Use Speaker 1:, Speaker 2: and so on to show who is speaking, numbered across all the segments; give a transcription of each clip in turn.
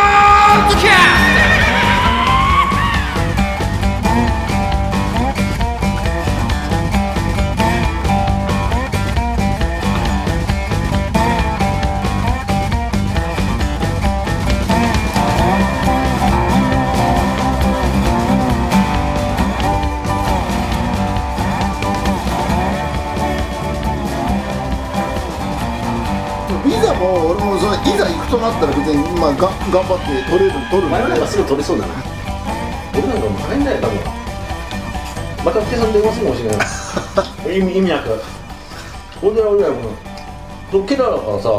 Speaker 1: ッドキャス
Speaker 2: いざもう俺もそれいざ行くとなったら別に、まあ、が頑張って取れる取るん
Speaker 3: お前のなんか
Speaker 2: です
Speaker 3: ぐ取れそうだな俺なんかもう大変だよ多分またお客さん電話するかもしれない 意味意味なくほんで俺らもうケラだからさ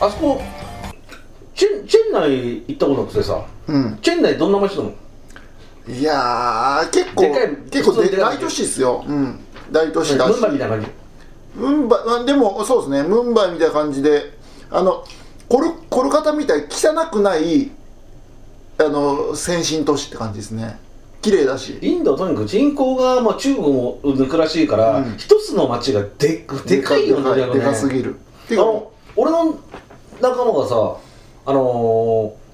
Speaker 3: あそこチェンチェンナイ行ったことなくてさ
Speaker 2: うん
Speaker 3: チェンナイどんな街なの
Speaker 2: いやー結構
Speaker 3: でかい
Speaker 2: 結構
Speaker 3: 普通
Speaker 2: で
Speaker 3: でかい
Speaker 2: 大都市ですよ、うん、大都市だし
Speaker 3: ムンバイみたいな感じ
Speaker 2: ムンバイまあでもそうですねムンバイみたいな感じであのコルコルカタみたいに汚くないあの先進都市って感じですね綺麗だし
Speaker 3: インドはとにかく人口が、まあ、中国も抜くらしいから、
Speaker 2: うん
Speaker 3: 一つの街がでっでかいよね
Speaker 2: でか
Speaker 3: だ
Speaker 2: で
Speaker 3: ね
Speaker 2: かすぎるてい
Speaker 3: あ
Speaker 2: うかも
Speaker 3: の俺の仲間がさあのー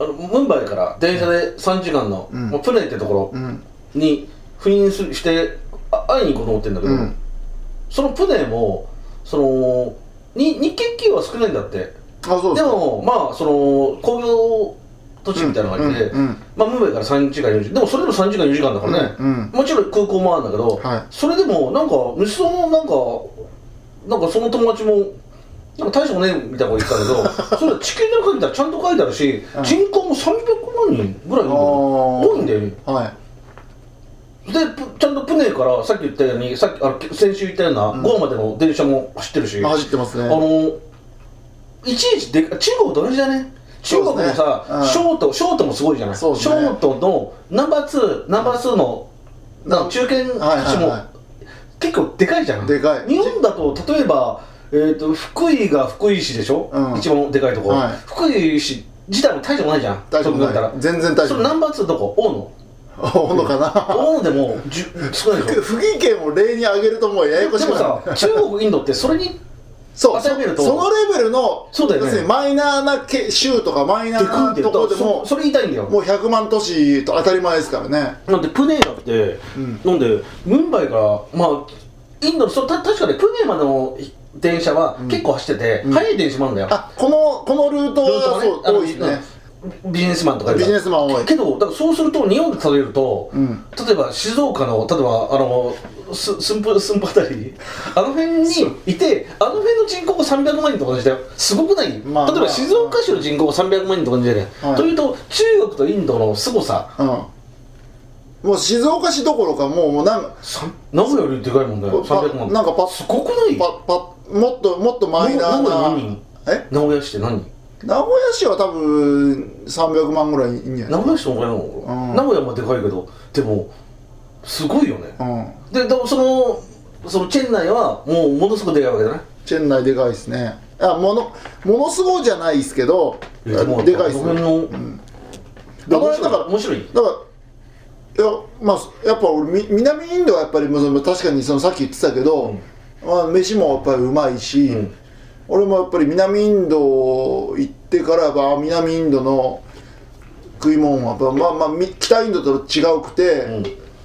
Speaker 3: あのムンバイから電車で3時間の、
Speaker 2: うん
Speaker 3: まあプネってとこ
Speaker 2: ううん
Speaker 3: ろに赴任すしてあ会いに行こうと思ってんだけど、
Speaker 2: うん
Speaker 3: そのプネもそのに日系企業は少ないんだって
Speaker 2: あそうで
Speaker 3: で
Speaker 2: すか
Speaker 3: もまあその工業都市みたいな感じで、
Speaker 2: うんうん
Speaker 3: まあ、ムンバイから3時間4時間でもそれでも3時間4時間だからね、
Speaker 2: うんうん
Speaker 3: もちろん空港もあるんだけど、
Speaker 2: はい
Speaker 3: それでもなんか息子のなんかなんかその友達もなんか大したことねえみたいなこと言って たけどそれ地球で書いたらちゃんと書いてあるし、
Speaker 2: うん
Speaker 3: 人口も300万人ぐらい
Speaker 2: あ
Speaker 3: いるんだよ
Speaker 2: ー
Speaker 3: 多いんだよね
Speaker 2: はい
Speaker 3: でプちゃんとプネからさっき言ったようにさっきあの先週言ったような
Speaker 2: うん
Speaker 3: ゴアまでの電車も走ってるし、
Speaker 2: あ走ってます
Speaker 3: あ
Speaker 2: ね
Speaker 3: のいちいちでか中国と同じだね中
Speaker 2: そう
Speaker 3: 国
Speaker 2: ですね
Speaker 3: もさ、
Speaker 2: うん
Speaker 3: ショートショートもすごいじゃない、シ
Speaker 2: そう
Speaker 3: ョ
Speaker 2: ですね
Speaker 3: ートのナンバー2ナンバー2のなんか中堅都市も、
Speaker 2: はいはいは
Speaker 3: 結構でかいじゃん
Speaker 2: でかい
Speaker 3: 日本だと例えば、えー、と福井が福井市でしょ、
Speaker 2: うん
Speaker 3: 一番でかいとこ、
Speaker 2: はい
Speaker 3: 福井市自体も大したことないじゃん
Speaker 2: 大丈夫
Speaker 3: そう考えたら
Speaker 2: ない全然大丈
Speaker 3: それナ
Speaker 2: 夫
Speaker 3: ンバー2どこ大野
Speaker 2: ほのかな
Speaker 3: 大野でもじゅ少ないでしょ
Speaker 2: 不義県を例に挙げるともう ややこし
Speaker 3: で
Speaker 2: く
Speaker 3: も
Speaker 2: なる
Speaker 3: さ中国インドってそれに
Speaker 2: そう
Speaker 3: 朝
Speaker 2: そ
Speaker 3: 見ると
Speaker 2: そのレベルの
Speaker 3: そうだよね
Speaker 2: 要するにマイナーなけ州とかマイナ
Speaker 3: でかい
Speaker 2: ー
Speaker 3: んだ
Speaker 2: な
Speaker 3: よ
Speaker 2: ところでも
Speaker 3: そそれ言いたいんだよ
Speaker 2: もう100万都市と当たり前ですからね
Speaker 3: なんでプネーだって、
Speaker 2: うん
Speaker 3: なんでムンバイからまあインドのそうた確かにプネーまでの電車は結構走ってて、
Speaker 2: ん
Speaker 3: 速い電車もあるんだよ、
Speaker 2: あこのこのルート
Speaker 3: ルート
Speaker 2: は
Speaker 3: がね
Speaker 2: そう
Speaker 3: あの
Speaker 2: 多いね
Speaker 3: ビジネスマンとかいる
Speaker 2: ビ
Speaker 3: か
Speaker 2: ジ
Speaker 3: ら
Speaker 2: ネスマン多い
Speaker 3: けどだからそうすると日本で例えると、
Speaker 2: うん
Speaker 3: 例えば静岡の例えばあのす寸法寸法あたりあの辺にいてあの辺の人口が300万人と同じだよすごくない、
Speaker 2: まあ
Speaker 3: 例え
Speaker 2: ま
Speaker 3: ば
Speaker 2: あ
Speaker 3: 静岡市の人口が300万人と同じだよ、
Speaker 2: はい
Speaker 3: というと中国とインドの凄さ
Speaker 2: うんもう静岡市どころかもうもうなんか
Speaker 3: さん名古屋よりでかいもんだよ
Speaker 2: パ
Speaker 3: 300万
Speaker 2: なんかパ
Speaker 3: すごくない
Speaker 2: パパもっともっとマイナー
Speaker 3: 名古屋
Speaker 2: な
Speaker 3: 何人
Speaker 2: え
Speaker 3: 名古屋市って何
Speaker 2: 名古屋市は多分300万ぐらいいいんじゃな
Speaker 3: 名
Speaker 2: い
Speaker 3: 古屋市の方がいいのかな、
Speaker 2: うん
Speaker 3: 名古屋もでかいけどでもすごいよね
Speaker 2: うん
Speaker 3: ででもそのそのチェン内はもうものすごくでかいわけだね
Speaker 2: チェン内でかいですねあものものすごいじゃないですけど
Speaker 3: いやも
Speaker 2: でかいです
Speaker 3: この辺
Speaker 2: ね
Speaker 3: の、で
Speaker 2: だか
Speaker 3: 面
Speaker 2: ら
Speaker 3: 白
Speaker 2: だ
Speaker 3: い
Speaker 2: から
Speaker 3: 面白い
Speaker 2: だからいやまあやっぱ俺み南インドはやっぱりもうその確かにそのさっき言ってたけど、まあ、飯もやっぱりうまいし、
Speaker 3: うん
Speaker 2: 俺もやっぱり南インド行ってからやっぱ南インドの食い物はやっぱまあまあみ北インドと違うくて、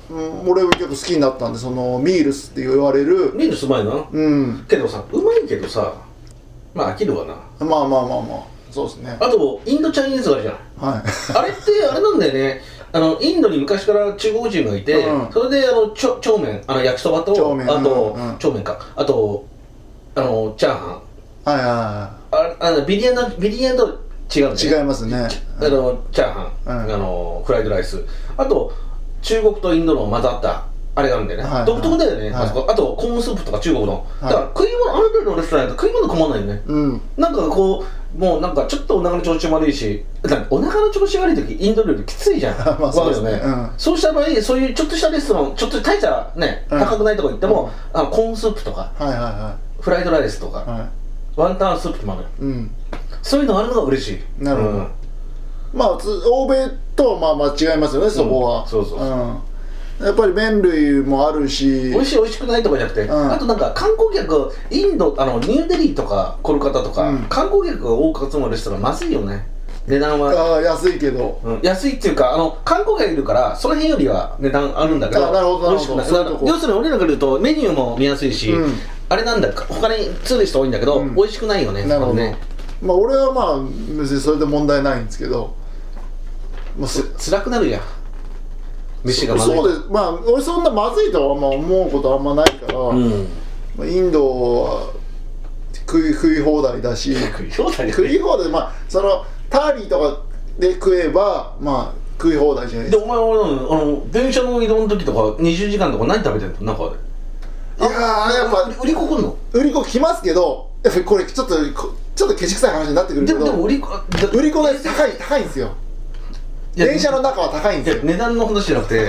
Speaker 2: うん、俺結構好きになったんでそのミールスって言われる
Speaker 3: ニールスうまいな
Speaker 2: うん
Speaker 3: けどさうまいけどさまあ飽きるわな
Speaker 2: まあまあまあまあそうですね
Speaker 3: あとインドチャイニーズがあるじゃん
Speaker 2: はい
Speaker 3: あれってあれなんだよねあのインドに昔から中国人がいて、
Speaker 2: うん
Speaker 3: それであのちょ長麺あの焼きそばと
Speaker 2: 長麺
Speaker 3: あと、
Speaker 2: うんうん
Speaker 3: 長麺かあとあのチャーハン
Speaker 2: はいはいは
Speaker 3: ああのビリヤンドビリヤンド違うんだ
Speaker 2: い
Speaker 3: よ
Speaker 2: 違
Speaker 3: ね
Speaker 2: いますね
Speaker 3: あのチャーハン、
Speaker 2: うん
Speaker 3: あのフライドライスあと中国とインドの混ざったあれがあるんだよね、
Speaker 2: はいはい
Speaker 3: 独特だよね、
Speaker 2: はい
Speaker 3: あそこあとコーンスープとか中国の、
Speaker 2: はい
Speaker 3: だから食い物ある程度のレストランやと食い物困らないよね
Speaker 2: うん
Speaker 3: なんかこうもうなんかちょっとお腹の調子悪いしなんかお腹の調子悪い時インド料理きついじゃん
Speaker 2: まあそうですね
Speaker 3: わかるよ
Speaker 2: うん
Speaker 3: そうした場合そういうちょっとしたレストランちょっと大したね、
Speaker 2: うん
Speaker 3: 高くないとこ行っても、あのコーンスープとか
Speaker 2: はいはいは
Speaker 3: フライドライスとか、
Speaker 2: いは
Speaker 3: ワンタンスープとかもあるよ
Speaker 2: いうん
Speaker 3: そういうのがあるのが嬉しい
Speaker 2: なるほど
Speaker 3: うん
Speaker 2: まあつ欧米とはまあまあ違いますよねそこは、
Speaker 3: うんそうそうそ
Speaker 2: うん、やっぱり麺類もあるし
Speaker 3: 美味しい美味しくないとかじゃなくて、
Speaker 2: うん
Speaker 3: あとなんか観光客インドあのニューデリーとかコルカタとか、
Speaker 2: うん
Speaker 3: 観光客が多く集まるレストランまずいよね値段は、
Speaker 2: ああ安いけど
Speaker 3: うん安いっていうかあの観光客いるからその辺よりは値段あるんだけど
Speaker 2: あなるほどなるほど
Speaker 3: 美味しく
Speaker 2: そう
Speaker 3: な
Speaker 2: い
Speaker 3: い
Speaker 2: うとこ
Speaker 3: 要するに俺らから言うとメニューも見やすいし、
Speaker 2: うん
Speaker 3: あれなんだ他にツーリスト多いんだけど、
Speaker 2: うん
Speaker 3: 美味しくないよね
Speaker 2: なるほど、
Speaker 3: ね
Speaker 2: まあ俺はまあ別にそれで問題ないんですけど、まあ、せ
Speaker 3: 辛くなるじゃん飯がまずい
Speaker 2: そうですまあ俺そんなまずいとはあんま思うことあんまないから、
Speaker 3: うん
Speaker 2: まあ、インドは食い食い放題だし
Speaker 3: 食い放題
Speaker 2: 食い放題まあそのターリーとかで食えばまあ食い放題じゃない
Speaker 3: で
Speaker 2: です
Speaker 3: お前俺あの電車の移動の時とか20時間とか何食べてんのなんか
Speaker 2: かいやーやっぱ
Speaker 3: 売り子来んの
Speaker 2: 売り子来ますけどやっぱりこれちょっとこちょっとケチくさい話になってくるけ
Speaker 3: で
Speaker 2: ど
Speaker 3: もでも売り子だ
Speaker 2: 売り子が高い高いんですよ
Speaker 3: いや
Speaker 2: 電車の中は高いん
Speaker 3: い
Speaker 2: です
Speaker 3: や
Speaker 2: よ
Speaker 3: 値段の話じゃなくて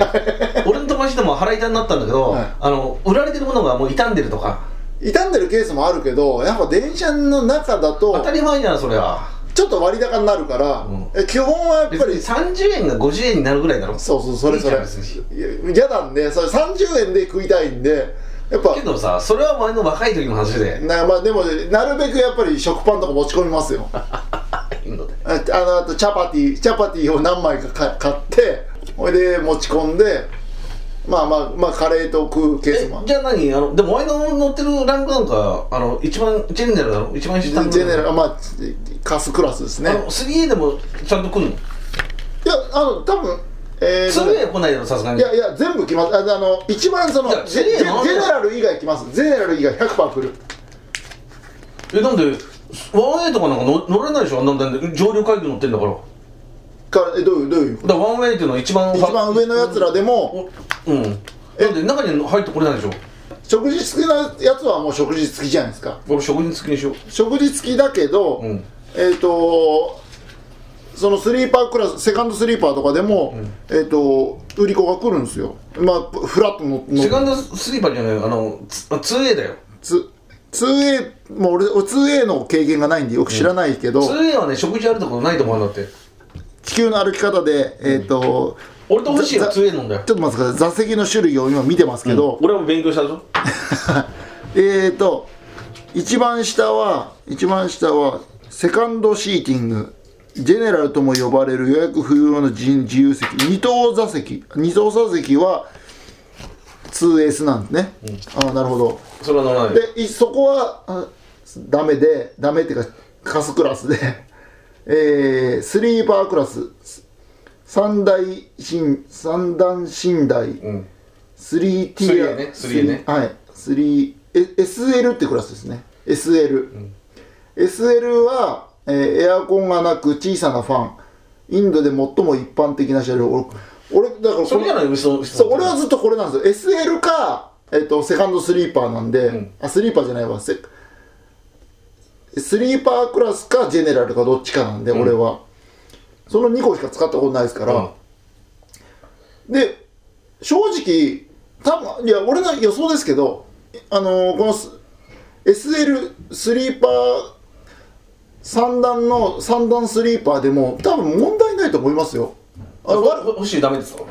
Speaker 3: 俺の友達でも腹痛になったんだけど、
Speaker 2: はい
Speaker 3: あの売られてるものがもう傷んでるとか
Speaker 2: 傷んでるケースもあるけどやっぱ電車の中だ
Speaker 3: 当
Speaker 2: と
Speaker 3: たり前じゃんそれは
Speaker 2: ちょっと割高になるから、
Speaker 3: うん
Speaker 2: え基本はやっぱりそ
Speaker 3: 30円が50円になるぐらいだろ
Speaker 2: うそうそれそれ
Speaker 3: いいじゃん別に
Speaker 2: いや嫌なんでそれ30円で食いたいんでやっぱ
Speaker 3: けどさそれは前の若い時の話で
Speaker 2: なまあでもなるべくやっぱり食パンとか持ち込みますよあ
Speaker 3: インドで
Speaker 2: あのあとチャパティチャパティを何枚かか買ってほいで持ち込んでまあまあまあカレーと食うケース
Speaker 3: え
Speaker 2: もある
Speaker 3: じゃあ何あのでも前の乗ってるランクなんかあの一番ジェネラルだろ一番
Speaker 2: ジ
Speaker 3: 下の
Speaker 2: ェネラルまあカスクラスですね
Speaker 3: あの 3A でもちゃんと来るの
Speaker 2: いやあの多分えーとね
Speaker 3: 2A 来ないだろさすがに
Speaker 2: いやいや全部来ますああの一番その
Speaker 3: いや
Speaker 2: ジェ
Speaker 3: ジェネ
Speaker 2: ジェ
Speaker 3: ラル
Speaker 2: ジェネラル以外来ますジェネラル以外100%来る
Speaker 3: えなんで 1A とかなんか乗乗れないでしょあんなんだって上流階級乗ってんだからだ
Speaker 2: かえどういうどういうこと
Speaker 3: から 1A っていうのは一番
Speaker 2: 一番上のやつらでも
Speaker 3: うんなんで中に入ってこれないでしょ
Speaker 2: 食事付きなやつはもう食事付きじゃないですか
Speaker 3: 俺食事付きにしよう
Speaker 2: 食事付きだけど、
Speaker 3: うん
Speaker 2: えっ、とそのスリーパークラスセカンドスリーパーとかでも、えっ、と売り子が来るんですよまあフラットの
Speaker 3: セカ
Speaker 2: の
Speaker 3: ンドスリーパーじゃないあのつあ 2A だよ
Speaker 2: つ 2A もう俺俺 2A の経験がないんでよく知らないけど、
Speaker 3: 2A はね食事あるところないと思うんだって
Speaker 2: 地球の歩き方でえっ、と、
Speaker 3: 俺と欲しいよ
Speaker 2: ざ
Speaker 3: 2A なんだよ
Speaker 2: ちょっと待ってください座席の種類を今見てますけど、
Speaker 3: 俺も勉強したぞ
Speaker 2: えーと一番下は一番下はセカンドシーティングジェネラルとも呼ばれる予約不要の自自由席二等座席二等座席は 2S なんですね、ああなるほど
Speaker 3: それは乗らないよ
Speaker 2: でいそこはあダメでダメっていうかカスクラスで えー、スリーパークラス三大寝三段寝台、
Speaker 3: うん、
Speaker 2: 3T
Speaker 3: 3ね 3A ね
Speaker 2: はい 3SL ってクラスですね SL、SL は、えーエアコンがなく小さなファンインドで最も一般的な車両俺俺だからこ
Speaker 3: それじゃない嘘嘘
Speaker 2: そう俺はずっとこれなんですよ SL か、えっとセカンドスリーパーなんで、
Speaker 3: ん
Speaker 2: あスリーパーじゃないわセスリーパークラスかジェネラルかどっちかなんで、俺はその2個しか使ったことないですから、
Speaker 3: うん
Speaker 2: で正直多分いや俺の予想ですけどあのーこのス SL スリーパー三段の三段スリーパーでも多分問題ないと思いますよあ
Speaker 3: あ
Speaker 2: のわ
Speaker 3: ほ欲しいダメですか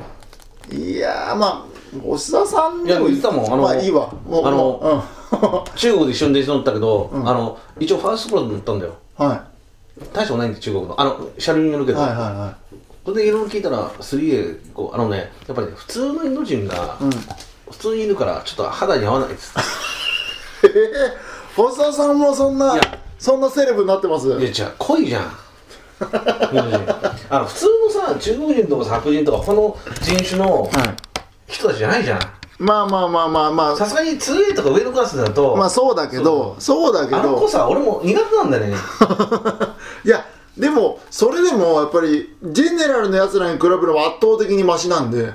Speaker 2: いやーまあ押田さん
Speaker 3: いや言ってたもんあの
Speaker 2: まあいいわもう
Speaker 3: あの
Speaker 2: も
Speaker 3: 中国で一緒に電車乗ったけど、あの一応ファーストクラス乗ったんだよ
Speaker 2: う、うん、は
Speaker 3: 大したことないんで中国のあの車両によるけ
Speaker 2: い
Speaker 3: ど、
Speaker 2: はいはいは
Speaker 3: それでいろいろ聞いたら 3A こうあのねやっぱりね普通のインド人が、普通にいるからちょっと肌に合わないです
Speaker 2: いええー、押田さんもそんない
Speaker 3: や
Speaker 2: そんなセレブになってます
Speaker 3: いやじゃあ濃いじゃんインド人あの普通のさ中国人とか白人とか他の人種の
Speaker 2: はい
Speaker 3: 人たちじゃないじゃん
Speaker 2: まあまあまあまあま
Speaker 3: さすがに 2A とか上のクラスだと、
Speaker 2: あまあそうだけどそうだけ
Speaker 3: あの
Speaker 2: ど
Speaker 3: 子さ俺も苦手なんだよね
Speaker 2: いやでもそれでもやっぱりジェネラルのやつらに比べれば圧倒的にマシなんで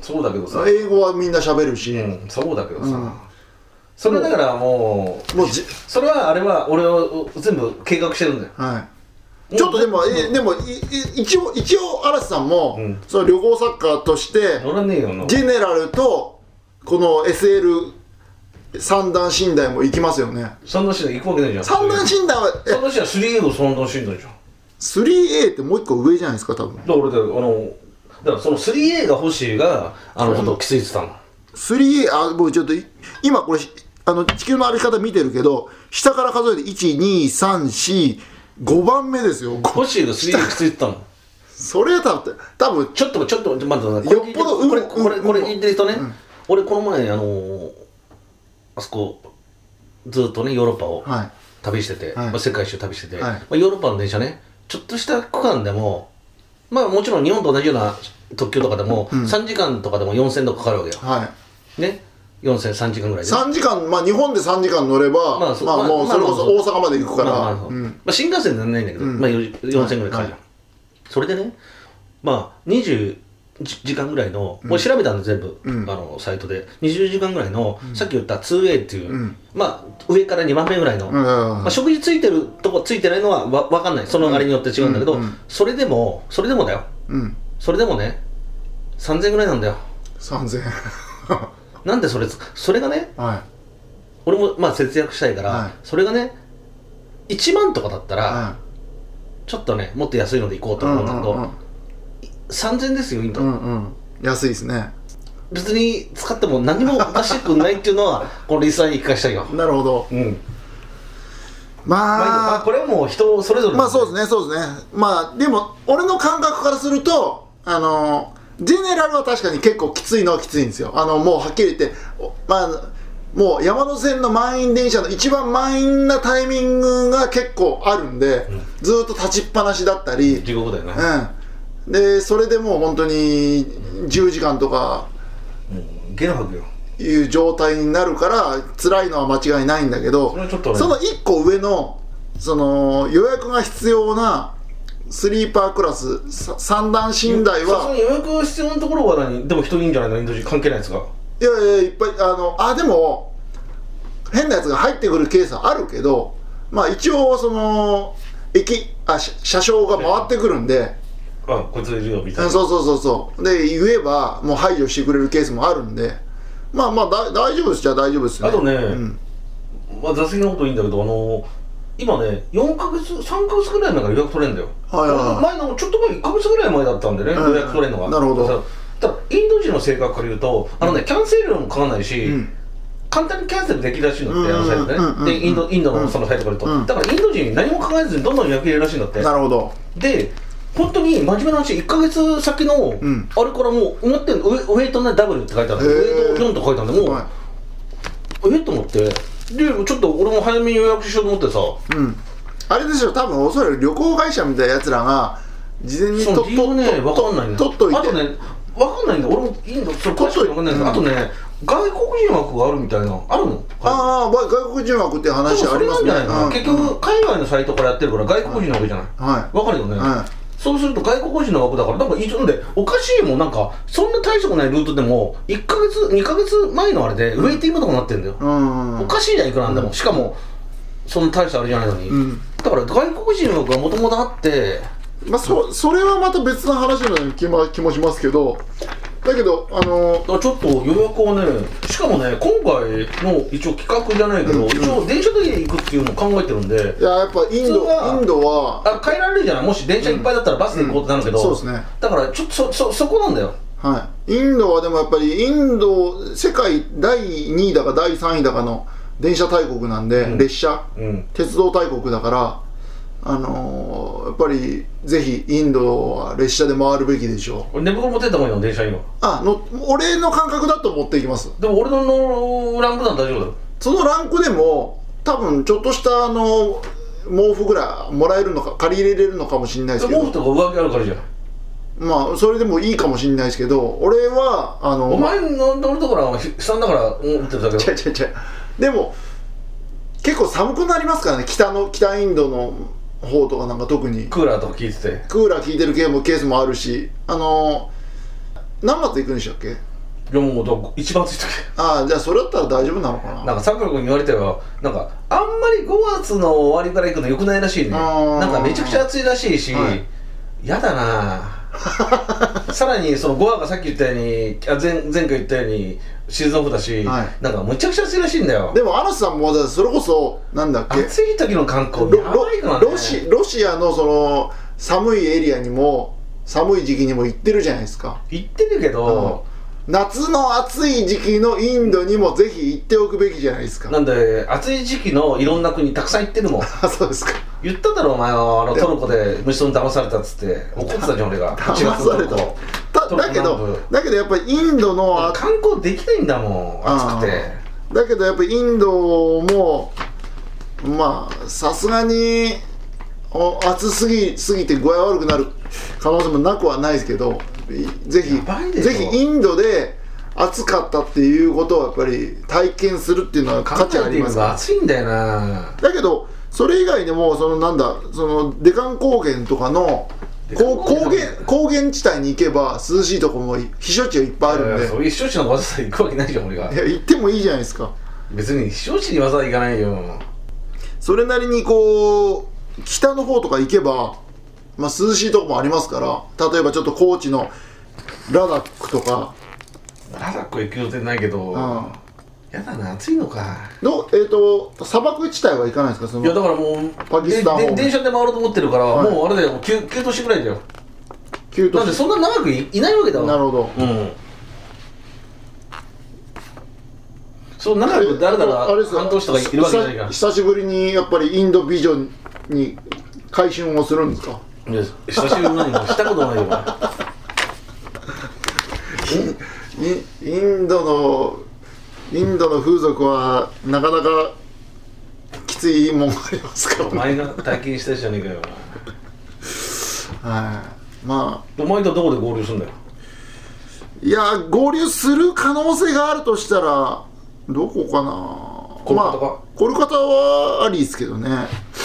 Speaker 3: そうだけどさ、
Speaker 2: 英語はみんな喋るし、
Speaker 3: うん、そうだけどさ、
Speaker 2: うん
Speaker 3: それはだからもう
Speaker 2: もうじ
Speaker 3: それはあれは俺を全部計画してるんだよ
Speaker 2: はいちょっとでも、えでもいい一応一応嵐さんも、
Speaker 3: うん
Speaker 2: その旅行作家として、
Speaker 3: 乗らねえよな
Speaker 2: ジェネラルとこの SL 三段寝台も行きますよね
Speaker 3: 三段診断行くわけないじゃん
Speaker 2: 三段
Speaker 3: 断
Speaker 2: 診断はえ
Speaker 3: 三段診断 3A の三段診断じゃんだか
Speaker 2: 3A ってもう一個上じゃないですか多分
Speaker 3: ら俺だよあのだからその 3A が欲しいがあのことをきついってたの
Speaker 2: 3A あもうちょっとい今これあの地球の歩き方見てるけど下から数えて1 2 3 4 5番目ですよ
Speaker 3: コシーの 3D くっついてたの
Speaker 2: それだって多分
Speaker 3: ちょっとちょっとまだよ
Speaker 2: よっぽど
Speaker 3: これ
Speaker 2: うん
Speaker 3: これ
Speaker 2: うん
Speaker 3: これ言ってる人ね、
Speaker 2: うん
Speaker 3: 俺この前あのーあそこずっとねヨーロッパを
Speaker 2: は
Speaker 3: 旅してて、
Speaker 2: はい
Speaker 3: まあ、世界一周旅してて、
Speaker 2: はい
Speaker 3: まあ、ヨーロッパの電車ねちょっとした区間でもまあもちろん日本と同じような特急とかでも、
Speaker 2: うん
Speaker 3: 3時間とかでも4000とかかかるわけよ
Speaker 2: いはい
Speaker 3: ね4003時間ぐらいで
Speaker 2: 3時間まあ日本で3時間乗れば
Speaker 3: ま
Speaker 2: ま
Speaker 3: あ
Speaker 2: あ
Speaker 3: そうまあ
Speaker 2: もう
Speaker 3: まあ
Speaker 2: それこそ大阪まで行くから
Speaker 3: まあまあそう
Speaker 2: うん
Speaker 3: まあ新幹線ではないんだけど、
Speaker 2: うん
Speaker 3: まあ、よ4000ぐらいかかるじゃん、
Speaker 2: は
Speaker 3: それでねまあ20じ時間ぐらいの、もう調べたんで全部、
Speaker 2: うん
Speaker 3: あのサイトで20時間ぐらいの、さっき言った 2way っていう、
Speaker 2: うん
Speaker 3: まあ上から2番目ぐらい
Speaker 2: う
Speaker 3: の、
Speaker 2: ん
Speaker 3: まあ、食事ついてるとこついてないのはわ分かんないそのあれによって違うんだけど、
Speaker 2: うんうん
Speaker 3: それでもそれでもだよ
Speaker 2: うん
Speaker 3: それでもね3000ぐらいなんだよ
Speaker 2: 3000円
Speaker 3: なんでそれつそれがね
Speaker 2: は
Speaker 3: 俺もまあ節約したいから、
Speaker 2: はい
Speaker 3: それがね1万とかだったら、
Speaker 2: いは
Speaker 3: ちょっとねもっと安いので行こう
Speaker 2: い
Speaker 3: と
Speaker 2: う
Speaker 3: 思うんんだけど、
Speaker 2: うん
Speaker 3: 3000ですよインド、
Speaker 2: うんうん安いですね
Speaker 3: 別に使っても何もおかしくないっていう のはこのリスナーに聞かしたいよ
Speaker 2: なるほど
Speaker 3: うんまあ、
Speaker 2: まあ
Speaker 3: これはもう人それぞれ
Speaker 2: まあそう
Speaker 3: す
Speaker 2: ですねそうですねまあでも俺の感覚からするとあのジェネラルは確かに結構きついのはきついんですよあのもうはっきり言っておまあもう山手線の満員電車の一番満員なタイミングが結構あるんで、ずーっと立ちっぱなしだったり、
Speaker 3: 地獄だよね、
Speaker 2: うん、でそれでもう本当に10時間とか
Speaker 3: うん、ゲラ吐くよ
Speaker 2: いう状態になるから辛いのは間違いないんだけど
Speaker 3: それはちょっとね
Speaker 2: その1個上のその予約が必要なスリーパークラスさ三段寝台
Speaker 3: さすが
Speaker 2: は
Speaker 3: に予約必要なところは何でも人いいんじゃないのインド人関係ないですか
Speaker 2: いやいやいっぱいあのあでも変なやつが入ってくるケースはあるけどまあ一応その駅あし車掌が回ってくるんで。
Speaker 3: あこいついるよみ
Speaker 2: う
Speaker 3: たい
Speaker 2: ん
Speaker 3: な
Speaker 2: そうそうそうそうで言えばもう排除してくれるケースもあるんでまあまあだ大丈夫ですじゃあ大丈夫ですね
Speaker 3: あとね
Speaker 2: うん、
Speaker 3: まあ、座席のこといいんだけどあの今ね4ヶ月3ヶ月ぐらいの中で予約取れるんだよ、
Speaker 2: はいはいはい
Speaker 3: 前のちょっと前1ヶ月ぐらい前だったんでね、
Speaker 2: うん
Speaker 3: 予約取れるのが
Speaker 2: なるほど
Speaker 3: さただインド人の性格から言うとあのね、キャンセル料もかかんないし、
Speaker 2: ん
Speaker 3: 簡単にキャンセルできるらしいのって、あのサイトでね、
Speaker 2: うんうんうん
Speaker 3: でインドインドのそのサイトから言うと、
Speaker 2: うん
Speaker 3: だからインド人何も考えずにどんどん予約入れるらしいんだって
Speaker 2: なるほど
Speaker 3: で本当に真面目な話1か月先の、
Speaker 2: ん
Speaker 3: あれからもう思ってんのウェウェイトね W って書いてある
Speaker 2: へー
Speaker 3: ウェイト4と書いてあるんでもう、
Speaker 2: は
Speaker 3: えっと思ってでちょっと俺も早めに予約しようと思ってさ
Speaker 2: い、うん、あれでしょ多分おそらく旅行会社みたいなやつらが事前に
Speaker 3: そ
Speaker 2: と
Speaker 3: の理由ね
Speaker 2: と
Speaker 3: 分かんないんだ
Speaker 2: と取っといて
Speaker 3: あとね分かんないんだ俺もインドそれ詳しく分かんないんだ、
Speaker 2: うん
Speaker 3: あとね外国人枠があるみたいなあるの
Speaker 2: ああわ外国人枠っていう
Speaker 3: 多分
Speaker 2: 話
Speaker 3: そ
Speaker 2: あり
Speaker 3: れ
Speaker 2: ま
Speaker 3: な
Speaker 2: す
Speaker 3: んじ
Speaker 2: ね
Speaker 3: ゃないかな、
Speaker 2: うん
Speaker 3: 結局海外のサイトからやってるから外国人なわけじゃない、
Speaker 2: は
Speaker 3: わかるよね、
Speaker 2: は
Speaker 3: そうすると外国人の枠だからなんかいつんでおかしいもんなんかそんな大したことないルートでも1ヶ月2ヶ月前のあれでウェイティングとかなってんだよ、
Speaker 2: いうん
Speaker 3: おかしいじゃんいくらなんでも、しかもそんな大したあれじゃないのに、
Speaker 2: うん
Speaker 3: だから外国人の枠がもともとあって
Speaker 2: まあ、そそれはまた別の話のような気も気もしますけどだけどあの
Speaker 3: だからちょっと予約をねしかもね今回の一応企画じゃないけど、
Speaker 2: うん
Speaker 3: 一応電車で行くっていうのを考えてるんで
Speaker 2: いややっぱイン
Speaker 3: 普通
Speaker 2: ド
Speaker 3: は
Speaker 2: インドは
Speaker 3: あ帰られるじゃないもし電車いっぱいだったらバスで行こうってなるけど、
Speaker 2: そうですね
Speaker 3: だからちょっとそそそこなんだよ
Speaker 2: はい、インドはでもやっぱりインド世界第2位だか第3位だかの電車大国なんで、
Speaker 3: うん
Speaker 2: 列車
Speaker 3: うん
Speaker 2: 鉄道大国だからあのーやっぱりぜひインドは列車で回るべきでしょう
Speaker 3: 俺寝袋持ってった方がいいの電車今
Speaker 2: あの俺の感覚だと持っていきます
Speaker 3: でも俺ののランクなん大丈夫だよ
Speaker 2: そのランクでも多分ちょっとしたあの毛布ぐらいもらえるのか借り入れれるのかもしれないですけ
Speaker 3: 毛布
Speaker 2: ど
Speaker 3: とか上着あるからじゃん
Speaker 2: まあそれでもいいかもしれないですけど俺はあの
Speaker 3: お前の乗るところは悲惨だから思ってたけど
Speaker 2: 違う違う違うでも結構寒くなりますからね北の北インドの方とかなんか特に
Speaker 3: クーラーとか聞いてて
Speaker 2: クーラー効いてるケースもケースもあるしあのー何月行くんでしたっけ
Speaker 3: いやもうだから一番暑い時
Speaker 2: ああじゃあそれだったら大丈夫なのかな
Speaker 3: なんかさくら君に言われたよなんかあんまり5月の終わりから行くのよくないらしいね
Speaker 2: あー
Speaker 3: なんかめちゃくちゃ暑いらしいし、
Speaker 2: はい
Speaker 3: やだな あさらにその5話がさっき言ったようにあ前前回言ったようにシーズンオフだし、
Speaker 2: はい
Speaker 3: なんかむちゃくちゃ暑いらしいんだよ
Speaker 2: でもアラスさんもだそれこそなんだっけ
Speaker 3: 暑い時の観光
Speaker 2: ロ
Speaker 3: やばいからね
Speaker 2: ロロシロシアのその寒いエリアにも寒い時期にも行ってるじゃないですか
Speaker 3: 行ってるけど、
Speaker 2: 夏の暑い時期のインドにもぜひ行っておくべきじゃないですか
Speaker 3: なんで暑い時期のいろんな国たくさん行ってるもん
Speaker 2: あそうですか
Speaker 3: 言っただろお前はあのトルコで虫とに騙されたっつって怒ってたじゃん俺 が
Speaker 2: 騙された
Speaker 3: 1
Speaker 2: ただけ
Speaker 3: トルコ
Speaker 2: ど
Speaker 3: 南
Speaker 2: だけどやっぱりインドのあ
Speaker 3: 観光できないんだもん暑くて
Speaker 2: だけどやっぱりインドもまあさすがにお暑すぎすぎて具合悪くなる可能性もなくはないですけどいぜ
Speaker 3: やばい
Speaker 2: ひ
Speaker 3: でしょ
Speaker 2: ぜひインドで暑かったっていうことをやっぱり体験するっていうのは価
Speaker 3: 考
Speaker 2: 値あ
Speaker 3: えて
Speaker 2: り
Speaker 3: み
Speaker 2: ま
Speaker 3: る
Speaker 2: すから
Speaker 3: と暑いんだよな
Speaker 2: だけどそれ以外でもそのなんだそのデカン高原とかの
Speaker 3: デカン
Speaker 2: こう
Speaker 3: 高原
Speaker 2: 高原高原地帯に行けば涼しいとこも避暑地がいっぱいあるん
Speaker 3: い
Speaker 2: で
Speaker 3: やそういう避暑地のわざわざ行くわけないじゃん俺が
Speaker 2: いや行ってもいいじゃないですか
Speaker 3: 別に避暑地にわざわざ行かないよ
Speaker 2: それなりにこう北の方とか行けば、まあ、涼しいとこもありますから例えばちょっと高知のラダックとか
Speaker 3: ラダック行く予定ないけど
Speaker 2: ん
Speaker 3: やだな暑いのか
Speaker 2: の、えっと砂漠地帯は行かないですかそ
Speaker 3: いや
Speaker 2: の
Speaker 3: だからもう
Speaker 2: パキスタン
Speaker 3: でで
Speaker 2: 方面
Speaker 3: 電車で回ろうと思ってるから、
Speaker 2: はい
Speaker 3: もうあれだよもう休休年ぐらいだよ
Speaker 2: 旧
Speaker 3: だっ
Speaker 2: 都
Speaker 3: て
Speaker 2: 市
Speaker 3: そんな長くいいないわけだわ
Speaker 2: なるほど
Speaker 3: うんそう長く誰だら
Speaker 2: あれです
Speaker 3: 半年とかいるわけじゃないから
Speaker 2: 久久しぶりにやっぱりインドビジョンに回春をするんですか
Speaker 3: いや久しぶりに何もしたことないよな
Speaker 2: イインドのインドの風俗はなかなかきついもんがありますから
Speaker 3: お
Speaker 2: ね、
Speaker 3: 前が体験したじゃねえかよ
Speaker 2: はい、まあ
Speaker 3: お前とどこで合流するんだよ
Speaker 2: いや合流する可能性があるとしたらどこかな
Speaker 3: コルカタか
Speaker 2: まあ、コルカタはありですけどね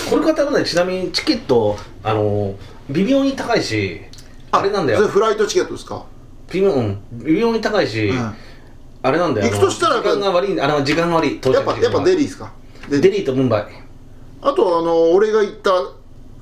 Speaker 3: これ方はねちなみにチケットあの微妙に高いしあれなんだ
Speaker 2: それ
Speaker 3: よ
Speaker 2: フライトチケットですか、
Speaker 3: 微妙うん微妙に高いし、
Speaker 2: うん、
Speaker 3: あれなんだよ
Speaker 2: 行くとしたら
Speaker 3: 時間が悪いあの時間が悪い到
Speaker 2: や
Speaker 3: 着
Speaker 2: っぱ
Speaker 3: 時
Speaker 2: や
Speaker 3: 間
Speaker 2: っ
Speaker 3: が
Speaker 2: ぱデリーですかで
Speaker 3: デリーとムンバイ
Speaker 2: あとあの俺が行った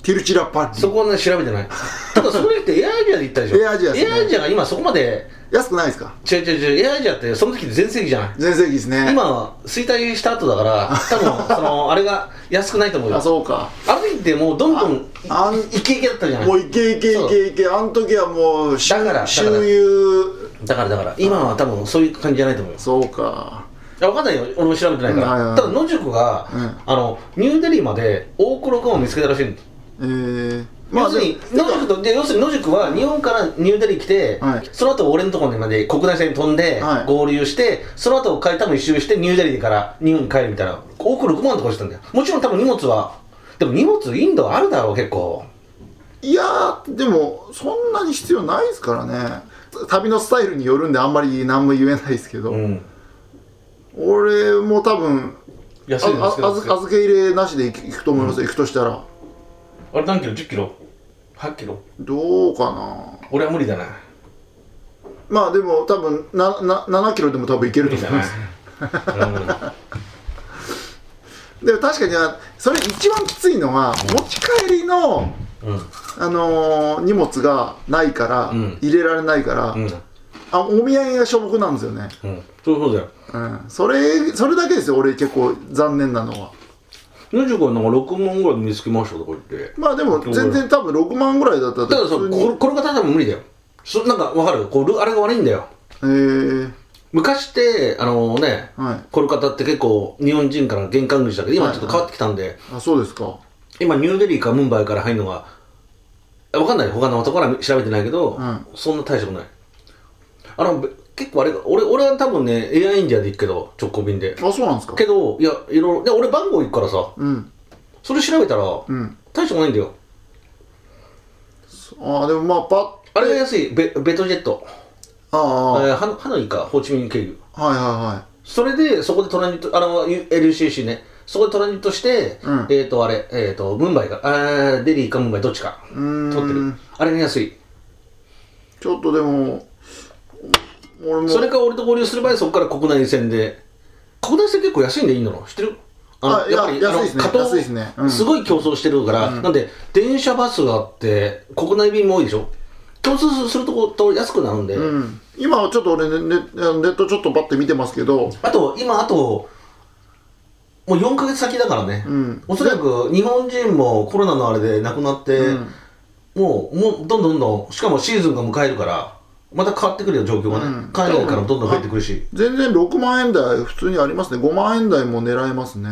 Speaker 2: ティルチラパッ
Speaker 3: そ
Speaker 2: リ
Speaker 3: こはね調べ てないただそれってエアアジアで行ったでしょ
Speaker 2: エアアジアですね
Speaker 3: エアアジアが今そこまで
Speaker 2: 安くないですか
Speaker 3: 違う違う違うエアアジアってその時全盛期じゃない
Speaker 2: 全盛期ですね
Speaker 3: 今は衰退した後だから多分そのあれが安くないと思う よ
Speaker 2: あそうか
Speaker 3: あの時ってもうどんどん
Speaker 2: ああん
Speaker 3: イケイケだったじゃない
Speaker 2: もういけいけいけいけあの時はもう
Speaker 3: だから
Speaker 2: 周
Speaker 3: だから
Speaker 2: 遊
Speaker 3: だからだから今は多分そういう感じじゃないと思います
Speaker 2: そうか
Speaker 3: いや分かんないよ俺も調べてないから、
Speaker 2: うんはいはい
Speaker 3: ただ野宿が、
Speaker 2: うん
Speaker 3: あのニューデリーまで大黒川を見つけたらしいんです
Speaker 2: えー、
Speaker 3: 要するに
Speaker 2: で
Speaker 3: 野
Speaker 2: も
Speaker 3: 宿とで要するに野宿は日本からニューデリー来て、
Speaker 2: はい
Speaker 3: その後俺のところまで国内線飛んで
Speaker 2: はい
Speaker 3: 合流して、その後帰多分一周してニューデリーから日本に帰るみたいな往復6万とかしてたんだよもちろん多分荷物はでも荷物インドはあるだろう結構
Speaker 2: いやーでもそんなに必要ないですからね旅のスタイルによるんであんまり何も言えないですけど、
Speaker 3: うん
Speaker 2: 俺も多分あ
Speaker 3: 安い
Speaker 2: あ
Speaker 3: ですけど
Speaker 2: あず預け入れなしで行く行くと思いますよ、行くとしたら
Speaker 3: あれ何キロ1 0キロ8キロ
Speaker 2: どうかな
Speaker 3: 俺は無理だな
Speaker 2: まあでも多分なな7キロでも多分行ける
Speaker 3: 無
Speaker 2: と思
Speaker 3: 理
Speaker 2: い
Speaker 3: だな
Speaker 2: ます
Speaker 3: 俺は無理だ
Speaker 2: でも確かにあそれ一番きついのは持ち帰りの
Speaker 3: うん
Speaker 2: あのー荷物がないから、
Speaker 3: うん
Speaker 2: 入れられないから、
Speaker 3: うん
Speaker 2: あお土産がしょぼくなんですよね、
Speaker 3: うんそうそうだよ
Speaker 2: うん、それそれだけですよ俺結構残念なのは
Speaker 3: 野宿はなんか6万ぐらいで見つけましたとか言って
Speaker 2: まあでも
Speaker 3: どう
Speaker 2: 全然多分6万ぐらいだったら
Speaker 3: ただそ
Speaker 2: 普
Speaker 3: う
Speaker 2: 通に
Speaker 3: ここれがただ無理だよそなんかわかるこうルあれが悪いんだよ
Speaker 2: えー、
Speaker 3: 昔ってあのね、
Speaker 2: はい
Speaker 3: コルカタって結構日本人から玄関口だけど今
Speaker 2: はい
Speaker 3: ちょっと変わってきたんで、
Speaker 2: あそうですか
Speaker 3: 今ニューデリーかムンバイから入るのが分かんない他のところは調べてないけど、
Speaker 2: うん
Speaker 3: そんな大したことないあのべ結構あれが俺俺は多分ねエアインディアで行くけど直行便で
Speaker 2: あそうなんですか
Speaker 3: けどいやいろいろで俺番号行くからさ
Speaker 2: うん
Speaker 3: それ調べたら、
Speaker 2: うん
Speaker 3: 大したことないんだよ
Speaker 2: ああでもまあパッ
Speaker 3: あれが安いベベトジェット
Speaker 2: ああ、はい
Speaker 3: えーハノハノイかホーチミン経由
Speaker 2: はいは
Speaker 3: それでそこでトランジットあの LCC ねそこでトランジットして、
Speaker 2: うん
Speaker 3: えっ、ー、とあれえっ、ー、とムンバイかあーデリーかムンバイどっちか
Speaker 2: いうーん
Speaker 3: 取ってるあれが安い
Speaker 2: ちょっとでも俺も
Speaker 3: それか俺と合流する場合そこから国内線で国内線結構安いんでいいんだろ知ってる
Speaker 2: あいや安いですね
Speaker 3: 加藤
Speaker 2: 安いですねうん
Speaker 3: ごい競争してるから、なんで電車バスがあって国内便も多いでしょ競争するとこと安くなるんで、
Speaker 2: うん、今はちょっと俺ねねネットちょっとパッて見てますけど
Speaker 3: あと今あともう4か月先だからね、
Speaker 2: うん
Speaker 3: おそらく日本人もコロナのあれで亡くなって、
Speaker 2: うん
Speaker 3: もうもうどんどんどんどんしかもシーズンが迎えるからまた変わってくるよ状況がね、
Speaker 2: うん
Speaker 3: 海外からもどんどん入ってくるし
Speaker 2: 全然6万円台普通にありますね5万円台も狙えますね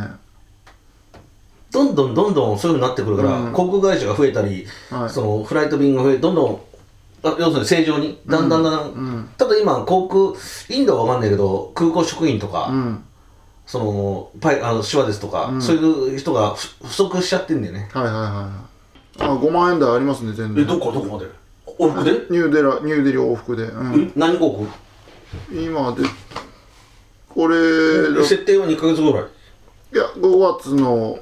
Speaker 3: どんどんどんどんそういうふうになってくるから、
Speaker 2: うん
Speaker 3: 航空会社が増えたり、
Speaker 2: はい
Speaker 3: そのフライト便が増えどんどんあ要するに正常にだんだんだんだん、
Speaker 2: うん
Speaker 3: ただ今航空インドは分かんないけど空港職員とか、
Speaker 2: うん
Speaker 3: そのパイあの手話ですとか、
Speaker 2: うん
Speaker 3: そういう人が不不足しちゃってんだよね
Speaker 2: はいはいはいあ5万円台ありますね全然
Speaker 3: こどこまで往復で
Speaker 2: ニューデラニューデリー往復で、うん、
Speaker 3: 何航
Speaker 2: 今でこれだ
Speaker 3: 空設定は2ヶ月ぐらい
Speaker 2: いや5月の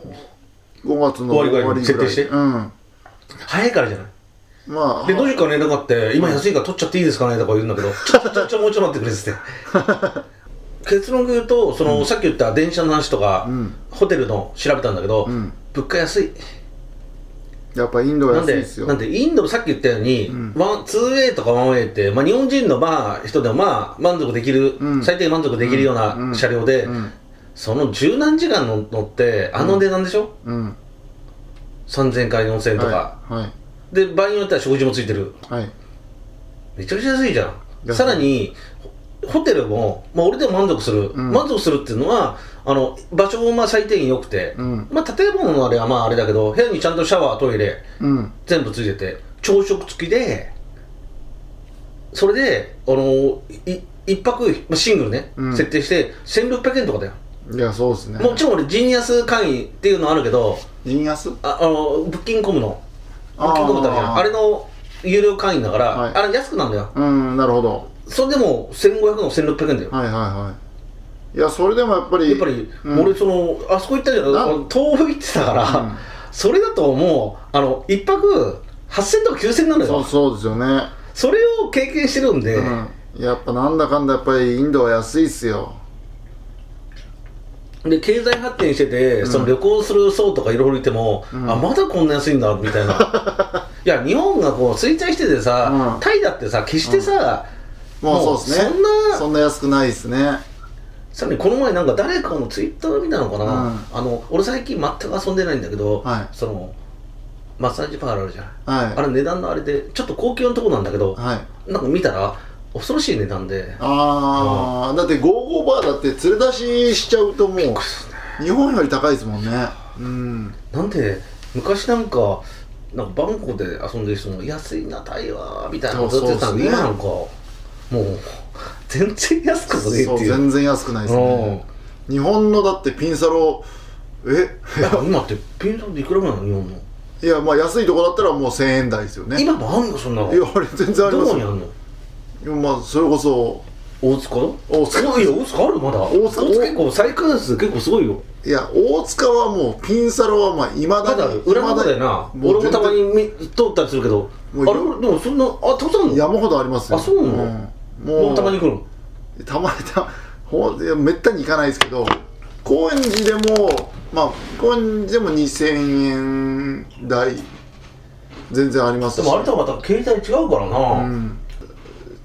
Speaker 2: 5月の
Speaker 3: 終わりぐらいに設定して
Speaker 2: うん
Speaker 3: 早いからじゃない
Speaker 2: まあ
Speaker 3: で、どういうかね、だかって、今安いから取っちゃっていいですかねとか言うんだ けど、ちょちょちょちょ、もうちょっと待ってくれっつ って。結論言うと、その、さっき言った電車の話とか、
Speaker 2: ん
Speaker 3: ホテルの調べたんだけど、
Speaker 2: うん
Speaker 3: 物価安い。
Speaker 2: やっぱインドは
Speaker 3: なん
Speaker 2: 安い
Speaker 3: で
Speaker 2: です、よ
Speaker 3: なんで、インドのさっき言ったように、ワン、ツーウェイとかワンウェイって、まあ、日本人のまあ、人でもまあ、満足できる、
Speaker 2: うん
Speaker 3: 最低満足できるよう
Speaker 2: うんう
Speaker 3: なん車両で、
Speaker 2: うん
Speaker 3: その十何時間の乗って、あの値段でしょ、
Speaker 2: うん
Speaker 3: ?3000 から4000とか、
Speaker 2: は
Speaker 3: で、場合によっては食事もついてる。
Speaker 2: いはいはい
Speaker 3: めちゃくちゃ安いじゃん
Speaker 2: 安い
Speaker 3: さらにホホテルも、まあ、俺でも満足する、
Speaker 2: ん
Speaker 3: 満足するっていうのはあの場所もまあ最低限良くて、
Speaker 2: うん
Speaker 3: まあ、建物のあれはまああれだけど部屋にちゃんとシャワートイレ
Speaker 2: うん
Speaker 3: 全部ついてて朝食付きでそれであのい一泊、まあ、シングルね、
Speaker 2: うん
Speaker 3: 設定して1600円とかだよ、
Speaker 2: いやそうですね
Speaker 3: もちろん俺ジニアス会員っていうのあるけど
Speaker 2: 人安
Speaker 3: ああのブッキングコムのブッキングコムってあるじゃん
Speaker 2: あ
Speaker 3: あ
Speaker 2: ー
Speaker 3: れの有料会員だから、
Speaker 2: はい
Speaker 3: あれ安くなるんだよ
Speaker 2: うんなるほど
Speaker 3: それでも1500の1600円だよ、
Speaker 2: はいはいはいいやそれでもやっぱり
Speaker 3: やっぱり、
Speaker 2: うん
Speaker 3: 俺そのあそこ行ったじゃん
Speaker 2: な
Speaker 3: 東北行ってたから、
Speaker 2: うん
Speaker 3: それだともうあの1泊8000とか9000なのよ
Speaker 2: そう
Speaker 3: そ
Speaker 2: そうですよね、
Speaker 3: れを経験してるんで、
Speaker 2: うん、やっぱなんだかんだやっぱりインドは安いっすよ
Speaker 3: で経済発展してて、その旅行する層とかいろいろいても、
Speaker 2: ん
Speaker 3: あまだこんな安いんだみた いないや日本がこう衰退しててさ、
Speaker 2: うん
Speaker 3: タイだってさ決してさ、
Speaker 2: もうそうですね
Speaker 3: もうそんな
Speaker 2: そんな安くないですね
Speaker 3: さらにこの前なんか誰かのツイッター見たのかな、
Speaker 2: うん
Speaker 3: あの俺最近全く遊んでないんだけど、
Speaker 2: はい
Speaker 3: そのマッサージパールあるじゃん、
Speaker 2: はい
Speaker 3: あれ値段のあれでちょっと高級のとこなんだけど、
Speaker 2: はい
Speaker 3: なんか見たら恐ろしい値段で
Speaker 2: ああだってゴーゴーバーだって連れ出ししちゃうともう日本より高いですもんねうん
Speaker 3: なんで昔なんかなんかバンコクで遊んでる人も安いなタイはみたいなこと言ってたのに、
Speaker 2: そうそうっすね
Speaker 3: 今なんかもう全然安くもねえって
Speaker 2: そう
Speaker 3: いう
Speaker 2: 全然安くないですね日本のだってピンサロえ
Speaker 3: うんいや今ってピンサロでいくらぐらいなの日本の、
Speaker 2: いやまあ安いとこだったらもう1000円台ですよねいや
Speaker 3: 今もあんのそんなのど
Speaker 2: あれ全然ありますよ
Speaker 3: こにあんの
Speaker 2: いやまあそれこそ
Speaker 3: 大塚の
Speaker 2: 大塚
Speaker 3: いや大塚あるまだ
Speaker 2: 大塚
Speaker 3: 結構再開発結構すごいよ
Speaker 2: いや大塚はもうピンサロはまあいま
Speaker 3: まだ
Speaker 2: だに
Speaker 3: 裏の方だよな
Speaker 2: 未
Speaker 3: 俺も
Speaker 2: に
Speaker 3: た
Speaker 2: う
Speaker 3: ま
Speaker 2: 全
Speaker 3: に見通ったりするけどあ
Speaker 2: も
Speaker 3: れ
Speaker 2: うい
Speaker 3: でもそんなあたくさんある
Speaker 2: 然
Speaker 3: の
Speaker 2: 山ほどありますよ
Speaker 3: あそうなの
Speaker 2: んもう
Speaker 3: もうたまに来るの
Speaker 2: たまにたほんいやめったに行かないですけど高円寺でもまあ高円寺でも2000円台全然あります
Speaker 3: でもあれとはまた携帯違うからな、
Speaker 2: うん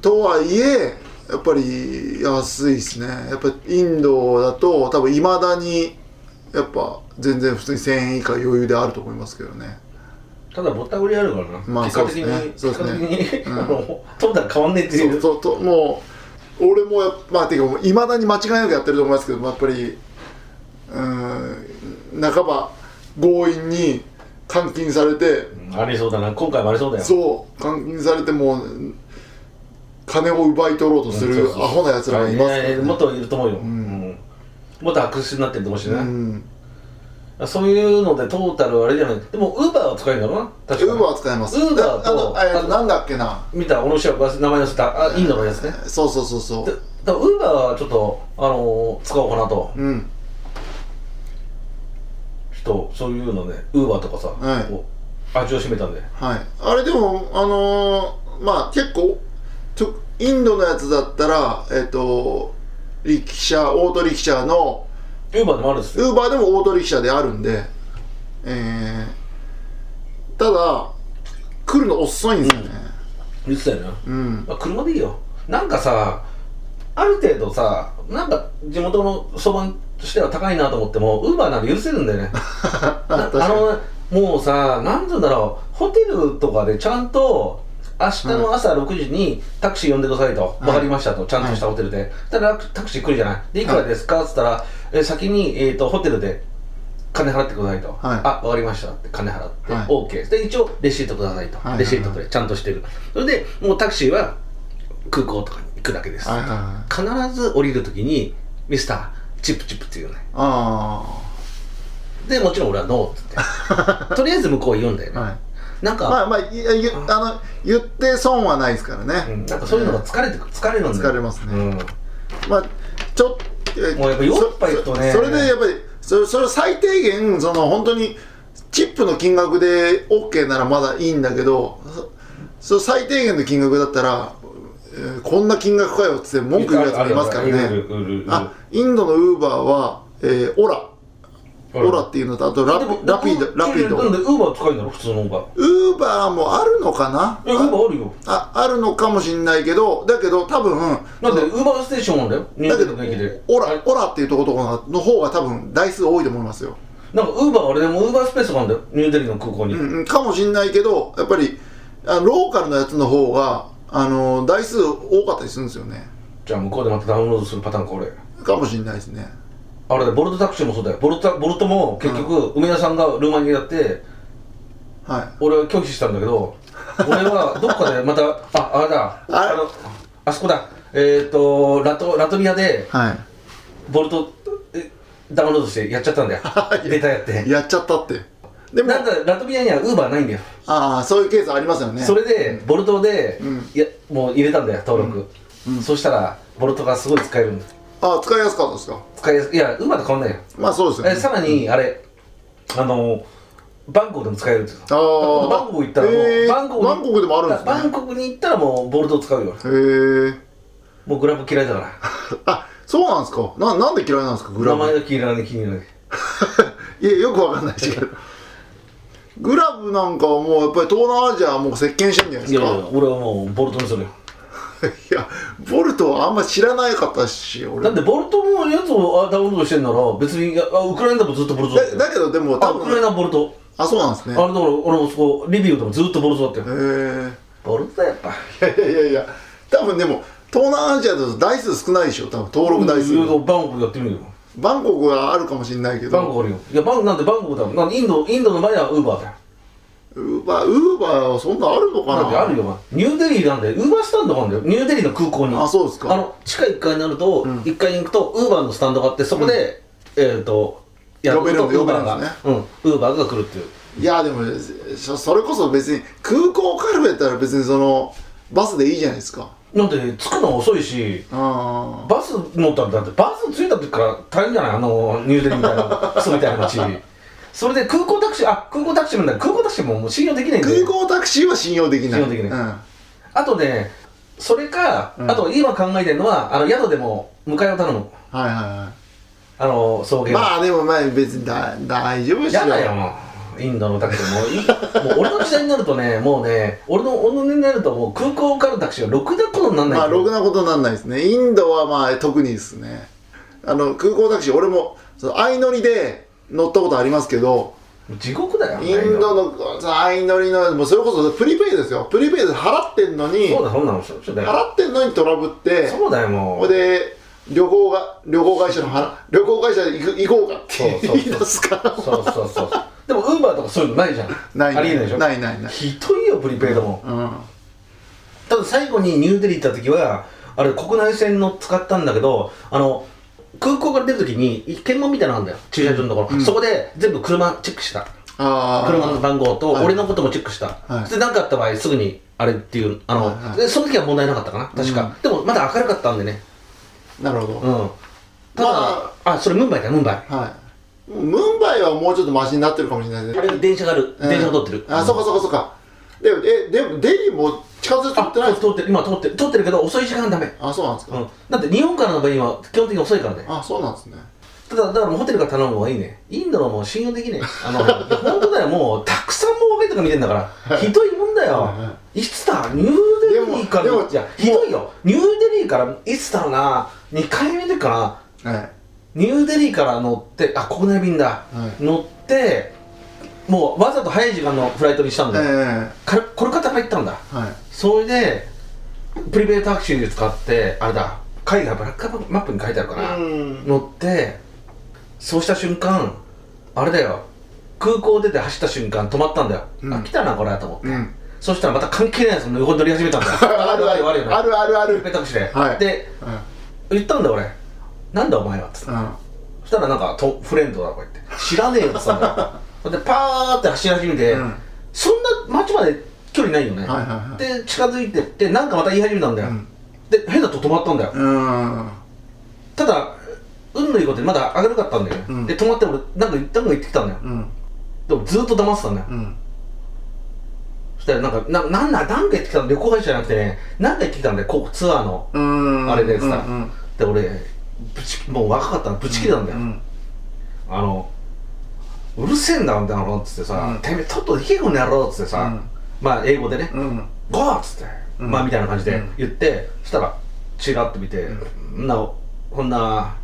Speaker 2: とはいえやっぱり安いですねやっぱインドだと多分いまだにやっぱ全然普通に1000円以下余裕であると思いますけどね
Speaker 3: ただぼったくりあるからな、
Speaker 2: まあ
Speaker 3: 結果的に、
Speaker 2: そうですねそうですね
Speaker 3: 結果的に、
Speaker 2: うん
Speaker 3: あの取ったら変わんねえってい
Speaker 2: そう
Speaker 3: う
Speaker 2: そうともう俺もやっぱまあていうかいまだに間違いなくやってると思いますけどやっぱりうーん半ば強引に監禁されて
Speaker 3: うんありそうだな今回もありそうだよ
Speaker 2: そう監禁されてもう金を奪い取ろうとするアホなやつらがいますから
Speaker 3: やや
Speaker 2: ね
Speaker 3: もっといると思うよ、うんんもっと悪質になってると思うしね、
Speaker 2: うん
Speaker 3: そういうのでトータルあれじゃないでもウーバーは使えるんだろうな
Speaker 2: ウ
Speaker 3: 確か
Speaker 2: ー
Speaker 3: に
Speaker 2: バーは使えます
Speaker 3: Uber
Speaker 2: だあ
Speaker 3: と
Speaker 2: のえーとなんだっけな
Speaker 3: 見た俺の人は名前忘れたあインドのやつね
Speaker 2: そうそうそうそ
Speaker 3: で
Speaker 2: う
Speaker 3: だウーバーはちょっとあのー使おうかなと
Speaker 2: うん
Speaker 3: 人そういうのねウーバーとかさ、
Speaker 2: はい
Speaker 3: こう味を占めたんで
Speaker 2: はいあれでもあのーまあ結構ちょインドのやつだったらえっ、と力車オート力車の
Speaker 3: ウーバーでもあるんですよ
Speaker 2: ウーバーでもオート力車であるんでえー、ただ来るの遅いんですよね
Speaker 3: 言ってたよな、ね
Speaker 2: うん、
Speaker 3: まあ、車でいいよなんかさある程度さなんか地元のそばとしては高いなと思ってもウーバーなんか許せるんだ よねな
Speaker 2: あ確かに
Speaker 3: あのもうさなんて言うんだろうホテルとかでちゃんと明日の朝6時にタクシー呼んでくださいと、
Speaker 2: い
Speaker 3: わかりましたと、ちゃんとしたホテルで、ただタクシー来るじゃない、でいくらですかっつったら、え先に、えー、とホテルで金払ってくださいと、あわかりましたって金払って、
Speaker 2: はい
Speaker 3: OK で一応レシートくださいと、
Speaker 2: はいはい
Speaker 3: レシートくれちゃんとしてるそれでもうタクシーは空港とかに行くだけです、
Speaker 2: はいはいはい
Speaker 3: 必ず降りるときに「ミスターチップチップ」って言うね
Speaker 2: あ
Speaker 3: でもちろん俺は「ノー」って言 ってとりあえず向こうは言うんだよ
Speaker 2: あ
Speaker 3: ね、
Speaker 2: はい
Speaker 3: なんか、
Speaker 2: まあまあいやゆあの言って損はないですからね、
Speaker 3: うんなんかそういうのが疲れてく疲れるんだよ
Speaker 2: 疲れますね
Speaker 3: うん
Speaker 2: まあちょっと
Speaker 3: もうやっぱヨーロッパ行くとね
Speaker 2: そそれでやっぱりそれそれ最低限その本当にチップの金額で OK ならまだいいんだけどそそ最低限の金額だったら、えーこんな金額かよっつって文句言うやつもいますから
Speaker 3: あるある
Speaker 2: ね
Speaker 3: うるうるうる
Speaker 2: あインドのウーバーは、えーオラ
Speaker 3: ほら
Speaker 2: オラっていうのとあとラ
Speaker 3: でも
Speaker 2: ピラピードラピー
Speaker 3: なんで
Speaker 2: ド
Speaker 3: ウーバー使えるんだろ普通のウーバー
Speaker 2: ウーバーもあるのかな
Speaker 3: えウーバーあるよ
Speaker 2: ああるのかもしれないけどだけど多分
Speaker 3: なんでウーバーステーションなんだよニュ
Speaker 2: だ
Speaker 3: ー
Speaker 2: け
Speaker 3: ヨ
Speaker 2: ど
Speaker 3: ークの駅で
Speaker 2: オラオラっていうところの方が多分台数多いと思いますよ、
Speaker 3: なんかウーバーあれでもウーバースペースがあるんだよニューデリーの空港に、
Speaker 2: うんうん、かもしんないけどやっぱりあローカルのやつの方があの台数多かったりするんですよね
Speaker 3: じゃあ向こうでまたダウンロードするパターンか俺
Speaker 2: かもしんないですね
Speaker 3: あれだよボルトタクシーもそうだよボルトボルトも結局、梅田さんがルーマニアやって
Speaker 2: はい
Speaker 3: 俺は拒否したんだけど俺はどっかでまたああれだ
Speaker 2: あれ
Speaker 3: のあそこだえっ、ー、とラトラトビアで
Speaker 2: は
Speaker 3: ボルトえダウンロードしてやっちゃっ たんだよデータやって
Speaker 2: いやっちゃったってでも
Speaker 3: なんだラトビアにはウーバーないんだよ、
Speaker 2: ああそういうケースありますよね
Speaker 3: それでボルトで、
Speaker 2: うん
Speaker 3: いやもう入れたんだよ登録、そしたらボルトがすごい使えるんだ
Speaker 2: ああ使いやすかったですか
Speaker 3: 使いやすいやウーバーと変わんないよ、
Speaker 2: まあそうですよ
Speaker 3: え
Speaker 2: ね
Speaker 3: さらにあれあのバンコクでも使えるって言ってた
Speaker 2: あー
Speaker 3: バンコク行ったらもう、
Speaker 2: へー
Speaker 3: バンコクに
Speaker 2: バンコクでもあるんですね
Speaker 3: バンコクに行ったらもうボルト使うよ
Speaker 2: へえ
Speaker 3: もうグラブ嫌いだから
Speaker 2: あそうなんですかななんで嫌いなんですかグラ
Speaker 3: 名
Speaker 2: ブ
Speaker 3: 前が気に入らない気に入らない
Speaker 2: いやよくわかんないですけどグラブなんかはもうやっぱり東南アジアはもう席巻してんじゃない
Speaker 3: い
Speaker 2: で
Speaker 3: や
Speaker 2: すか
Speaker 3: い
Speaker 2: い
Speaker 3: や
Speaker 2: や
Speaker 3: 俺はもうボルトにするよ
Speaker 2: ボルトはあんま知らなかったし
Speaker 3: だ
Speaker 2: 俺
Speaker 3: っ
Speaker 2: だ
Speaker 3: てボルトもやつをあダウンロードしてんなら別にあウクライナでもずっとボルトだったよ
Speaker 2: だけどでも
Speaker 3: あ
Speaker 2: 多
Speaker 3: ウクライ
Speaker 2: 分
Speaker 3: ナボルト
Speaker 2: あそうなんですね
Speaker 3: あれだから俺もそこリビウでもずっとボルトだったよ
Speaker 2: へ
Speaker 3: ボルトだやっぱ
Speaker 2: えいやいやいや多分でも東南アジアだと台数少ないでしょ多分登録台数
Speaker 3: いやいやバンコクやってみるよ
Speaker 2: バンコクはあるかもしれないけ
Speaker 3: バンコ
Speaker 2: ど
Speaker 3: クあるよいやバンなんでバンコクだもんなんでインドインドの前はウーバーだよ
Speaker 2: ウーバーウーバーはそんなあるのか
Speaker 3: なんで
Speaker 2: な
Speaker 3: あるよお前ニューデリーなんでウーバースタンドがあるんだよニューデリーの空港に
Speaker 2: あそうですか
Speaker 3: あの地下1階になると、
Speaker 2: ん
Speaker 3: 1階に行くとウーバーのスタンドがあってそこで、えっ、とやると
Speaker 2: 呼べるんだ
Speaker 3: ウーバー
Speaker 2: 呼べるんで
Speaker 3: が
Speaker 2: す
Speaker 3: うんウーバーが来るっていう
Speaker 2: いやでもそそれこそ別に空港からやったら別にそのバスでいいじゃないですか
Speaker 3: なんで着くの遅いし
Speaker 2: ああ
Speaker 3: バス乗ったらだってバス着いた時から大変じゃないあのニューデリーみたいなクソみたいな街 それで空港タクシーあ空港タクシーもない空港タクシーももう信用できないんで
Speaker 2: 空港タクシーは信用できない
Speaker 3: 信用できない
Speaker 2: うん、あ
Speaker 3: あとねそれか、
Speaker 2: うん
Speaker 3: あと今考えてるのはあの宿でも迎えを頼む
Speaker 2: はいはいは
Speaker 3: あの送
Speaker 2: い
Speaker 3: 迎
Speaker 2: まあでもまあ別にだ大丈夫っしょ
Speaker 3: やだよもうインドのタクシーもういもう俺の時代になるとねもうね俺の俺の年代になるともう空港からのタクシーはろくなことにならない
Speaker 2: まあろくなことになんないですねインドはまあ特にですねあの空港タクシー俺もその相乗りで乗ったことありますけど
Speaker 3: 地獄だよ
Speaker 2: インドのその相乗りのもうそれこそプリペイですよプリペイで払ってんのに
Speaker 3: そうだそんなのそうだよ
Speaker 2: 払ってんのにトラブって
Speaker 3: そうだよも
Speaker 2: ほ
Speaker 3: う
Speaker 2: いで旅行が旅行会社の話旅行会社で行く行こうかって
Speaker 3: そうそうそう
Speaker 2: 言い出すから
Speaker 3: そうそうそうでもウーバーとかそういうのないじゃん
Speaker 2: ない
Speaker 3: ありえないでしょ
Speaker 2: ないないない
Speaker 3: ひどいよプリペイドも、
Speaker 2: うん
Speaker 3: ただ最後にニューデリー行った時はあれ国内線の使ったんだけどあの空港から出る時に検問みたいなのあるんだよ駐車場のところ、
Speaker 2: うん
Speaker 3: そこで全部車チェックした
Speaker 2: ああ
Speaker 3: 車の番号と
Speaker 2: はい
Speaker 3: 俺のこともチェックした、
Speaker 2: はい
Speaker 3: で何かあった場合すぐにあれっていうあの、
Speaker 2: はいはい
Speaker 3: でその時は問題なかったかな確か、でもまだ明るかったんでね
Speaker 2: なるほど、
Speaker 3: うんただ、
Speaker 2: ま
Speaker 3: あ、それムンバイだムンバイ
Speaker 2: はいムンバイはもうちょっとマシになってるかもしれないです
Speaker 3: あれ電車がある、電車が通ってる
Speaker 2: あそうかそうかそうかでもえでもデリーも近づいて
Speaker 3: あ
Speaker 2: ってないです
Speaker 3: 通ってる今通ってる通ってるけど遅い時間ダメ
Speaker 2: あそうなんですか、
Speaker 3: うんだって日本からの場合は基本的に遅いからね
Speaker 2: あそうなんですね
Speaker 3: ただだからもうホテルから頼む方がいいねインドのもう信用できねえあの本当だよもうたくさんもうベとか見てんだからひどいもんだよ
Speaker 2: はいはい
Speaker 3: つだニューデリーか
Speaker 2: でもで
Speaker 3: ら
Speaker 2: も
Speaker 3: いやひどいよニューデリーからいつだろうな2回目でかな
Speaker 2: はい
Speaker 3: ニューデリーから乗ってあ国内便だ、
Speaker 2: はい
Speaker 3: 乗ってもうわざと早い時間のフライトにしたん
Speaker 2: ええ
Speaker 3: だよ、かこれ方が行ったんだ
Speaker 2: はい
Speaker 3: それでプリペイタクシーで使ってあれだ海外ブラックマップに書いてあるかな、
Speaker 2: うん
Speaker 3: 乗ってそうした瞬間あれだよ空港出て走った瞬間止まったんだよ、
Speaker 2: うん
Speaker 3: あ来たなこれと思って、
Speaker 2: うん
Speaker 3: そしたらまた関係ないやつの横に乗り始めたんだよ
Speaker 2: あるあるあるあるあるある
Speaker 3: ペタクシで、
Speaker 2: はい
Speaker 3: で
Speaker 2: うん
Speaker 3: 言ったんだよ俺なんだお前はっつって
Speaker 2: うん
Speaker 3: そしたらなんかとフレンドだとか言って知らねえよっつったんだよそれでパーって走り始めて、
Speaker 2: うん
Speaker 3: そんな街まで距離ないよね、
Speaker 2: はいはいはい
Speaker 3: で近づいてってなんかまた言い始めたんだよ、
Speaker 2: うん
Speaker 3: で変なとこ止まったんだよ、
Speaker 2: うん
Speaker 3: ただ運のいいことでまだ明るかったんだよね、
Speaker 2: うん
Speaker 3: で止まって俺なんか言ったの言ってきたんだよ
Speaker 2: うん
Speaker 3: でもずっと黙ってたんだよ、
Speaker 2: うん
Speaker 3: そしたらなんかななんだなんか言ってきたの旅行会社じゃなくてねなんか言ってきたんだよこうツアーの
Speaker 2: うん
Speaker 3: あれでさ、
Speaker 2: うん
Speaker 3: で俺ぶちもう若かったのぶち切れたんだよ、
Speaker 2: うん
Speaker 3: あのうるせえんだみたいなのっつってさ、
Speaker 2: うん
Speaker 3: てめえとっとと引けこの野郎っつってさ、
Speaker 2: うん
Speaker 3: まあ英語でね、
Speaker 2: うん
Speaker 3: ゴーっつって、
Speaker 2: うん
Speaker 3: まあみたいな感じ
Speaker 2: う
Speaker 3: で
Speaker 2: ん
Speaker 3: 言って、そしたらチラッと見て、なこんな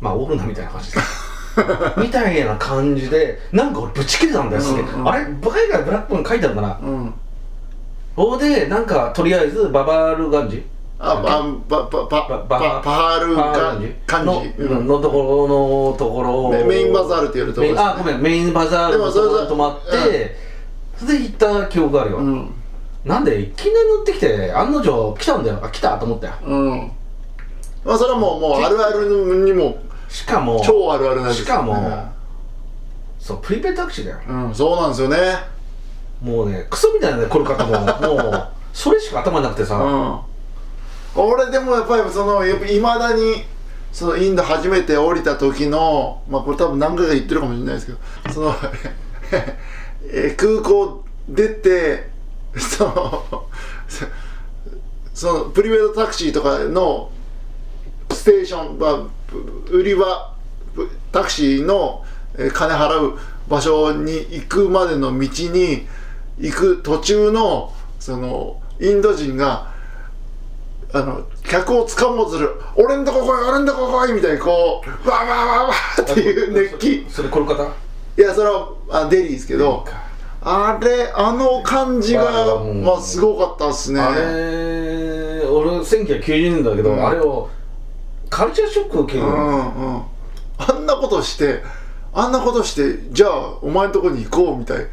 Speaker 3: まあおるなみたいな感じで みたいな感じでなんか俺ぶち切れたんだよ、すげえ
Speaker 2: うんうん
Speaker 3: あれバカ以外ブラックに書いてあるかな
Speaker 2: うん
Speaker 3: ほ、うでなんかとりあえずババールガンジ
Speaker 2: あばばばばばパハール
Speaker 3: バ
Speaker 2: が
Speaker 3: ガン
Speaker 2: 漢
Speaker 3: ジ
Speaker 2: 字
Speaker 3: の,、
Speaker 2: うん
Speaker 3: のところのところ
Speaker 2: メメインバザールって言われて
Speaker 3: メイン
Speaker 2: ですね
Speaker 3: あごめんメインバザールのところに泊まって
Speaker 2: でもそ
Speaker 3: そ
Speaker 2: れ
Speaker 3: れ,、で行った記憶があるよ、
Speaker 2: うん
Speaker 3: なんでいきなり乗ってきて案の定来たんだよあ来たと思ったよ
Speaker 2: うんまあそれはもうもうあるあるにも
Speaker 3: しかも
Speaker 2: 超あるあるなんです
Speaker 3: しかも、そうプリペイタクシーだよ
Speaker 2: うんうんそうなんですよね
Speaker 3: もうねクソみたいなねこの方 ももうそれしか頭なくてさ、
Speaker 2: うん俺でもやっぱりそのいまだにそのインド初めて降りた時のまあこれ多分何回か言ってるかもしれないですけどそのえー空港出てそのそそのプリベートタクシーとかのステーション、まあ、売り場タクシーのえー金払う場所に行くまでの道に行く途中のそのインド人があの客をつかもうとする「俺んとこ来い俺んとこ来い」みたいにこう「わーわーわーわー」っていう熱気
Speaker 3: それこの方
Speaker 2: いやそれはあデリーですけどあれあの感じが、
Speaker 3: うん
Speaker 2: まあ、すごかったっすね
Speaker 3: あれ俺1990年だけど、
Speaker 2: うん
Speaker 3: あれをカルチャーショックを受け
Speaker 2: う
Speaker 3: るの、
Speaker 2: んうんあんなことしてあんなことしてじゃあお前のとこに行こうみたい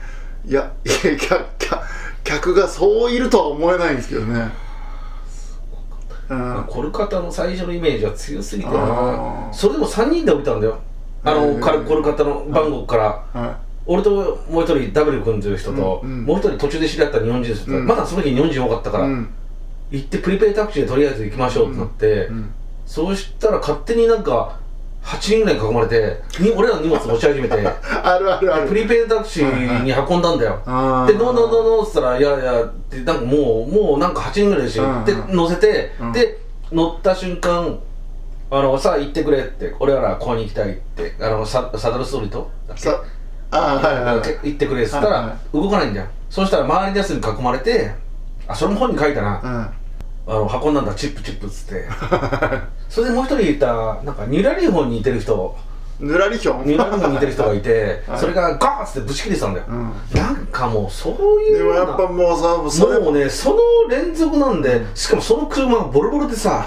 Speaker 2: いやいや客客客がそういるとは思えないんですけどねうん
Speaker 3: まあコルカタの最初のイメージは強すぎて
Speaker 2: あ
Speaker 3: な
Speaker 2: ー
Speaker 3: それでも3人で降りたんだよあ
Speaker 2: へ
Speaker 3: の
Speaker 2: ー
Speaker 3: カルコルカタのバンコクから
Speaker 2: は
Speaker 3: 俺ともう一人 W 君という人と、
Speaker 2: うんうん
Speaker 3: もう一人途中で知り合った日本人です
Speaker 2: うん
Speaker 3: まだその日日本人多かった
Speaker 2: い
Speaker 3: から、
Speaker 2: うん
Speaker 3: 行ってプリペイタクシーでとりあえず行きましょうってなって、
Speaker 2: うん
Speaker 3: そうしたら勝手になんか8人ぐらい囲まれてに俺らの荷物持ち始め て
Speaker 2: あるあるあ
Speaker 3: プ
Speaker 2: る
Speaker 3: リペイタクシーに運んだんだよ、
Speaker 2: あ
Speaker 3: で「ノーノーノーノー」っつったら「いやいや」ってなんかもうもうなんか8人ぐらいでしょ、
Speaker 2: うん
Speaker 3: で乗せて、
Speaker 2: うん
Speaker 3: で乗った瞬間あのさあ行ってくれって俺らここに行きたいってあのササドルストリートだっけ
Speaker 2: さあーはいはいはい
Speaker 3: 行ってくれっつった
Speaker 2: はいは
Speaker 3: ら動かないんだよそうしたら周りのやつに囲まれてあそれも本に書いたな、
Speaker 2: うん
Speaker 3: あの運んだんだチップチップっつって それでもう一人いたなんかニュラリホンに似て る人
Speaker 2: ぬらりひょん
Speaker 3: ニュラリホンに似てる人がいて、
Speaker 2: はい
Speaker 3: それがガーッつってぶち切れてたんだよ、
Speaker 2: うん
Speaker 3: なんかもうそういう
Speaker 2: でも
Speaker 3: よ
Speaker 2: や
Speaker 3: うな
Speaker 2: っぱもうさそれ
Speaker 3: もうねその連続なんでしかもその車がボロボロで さ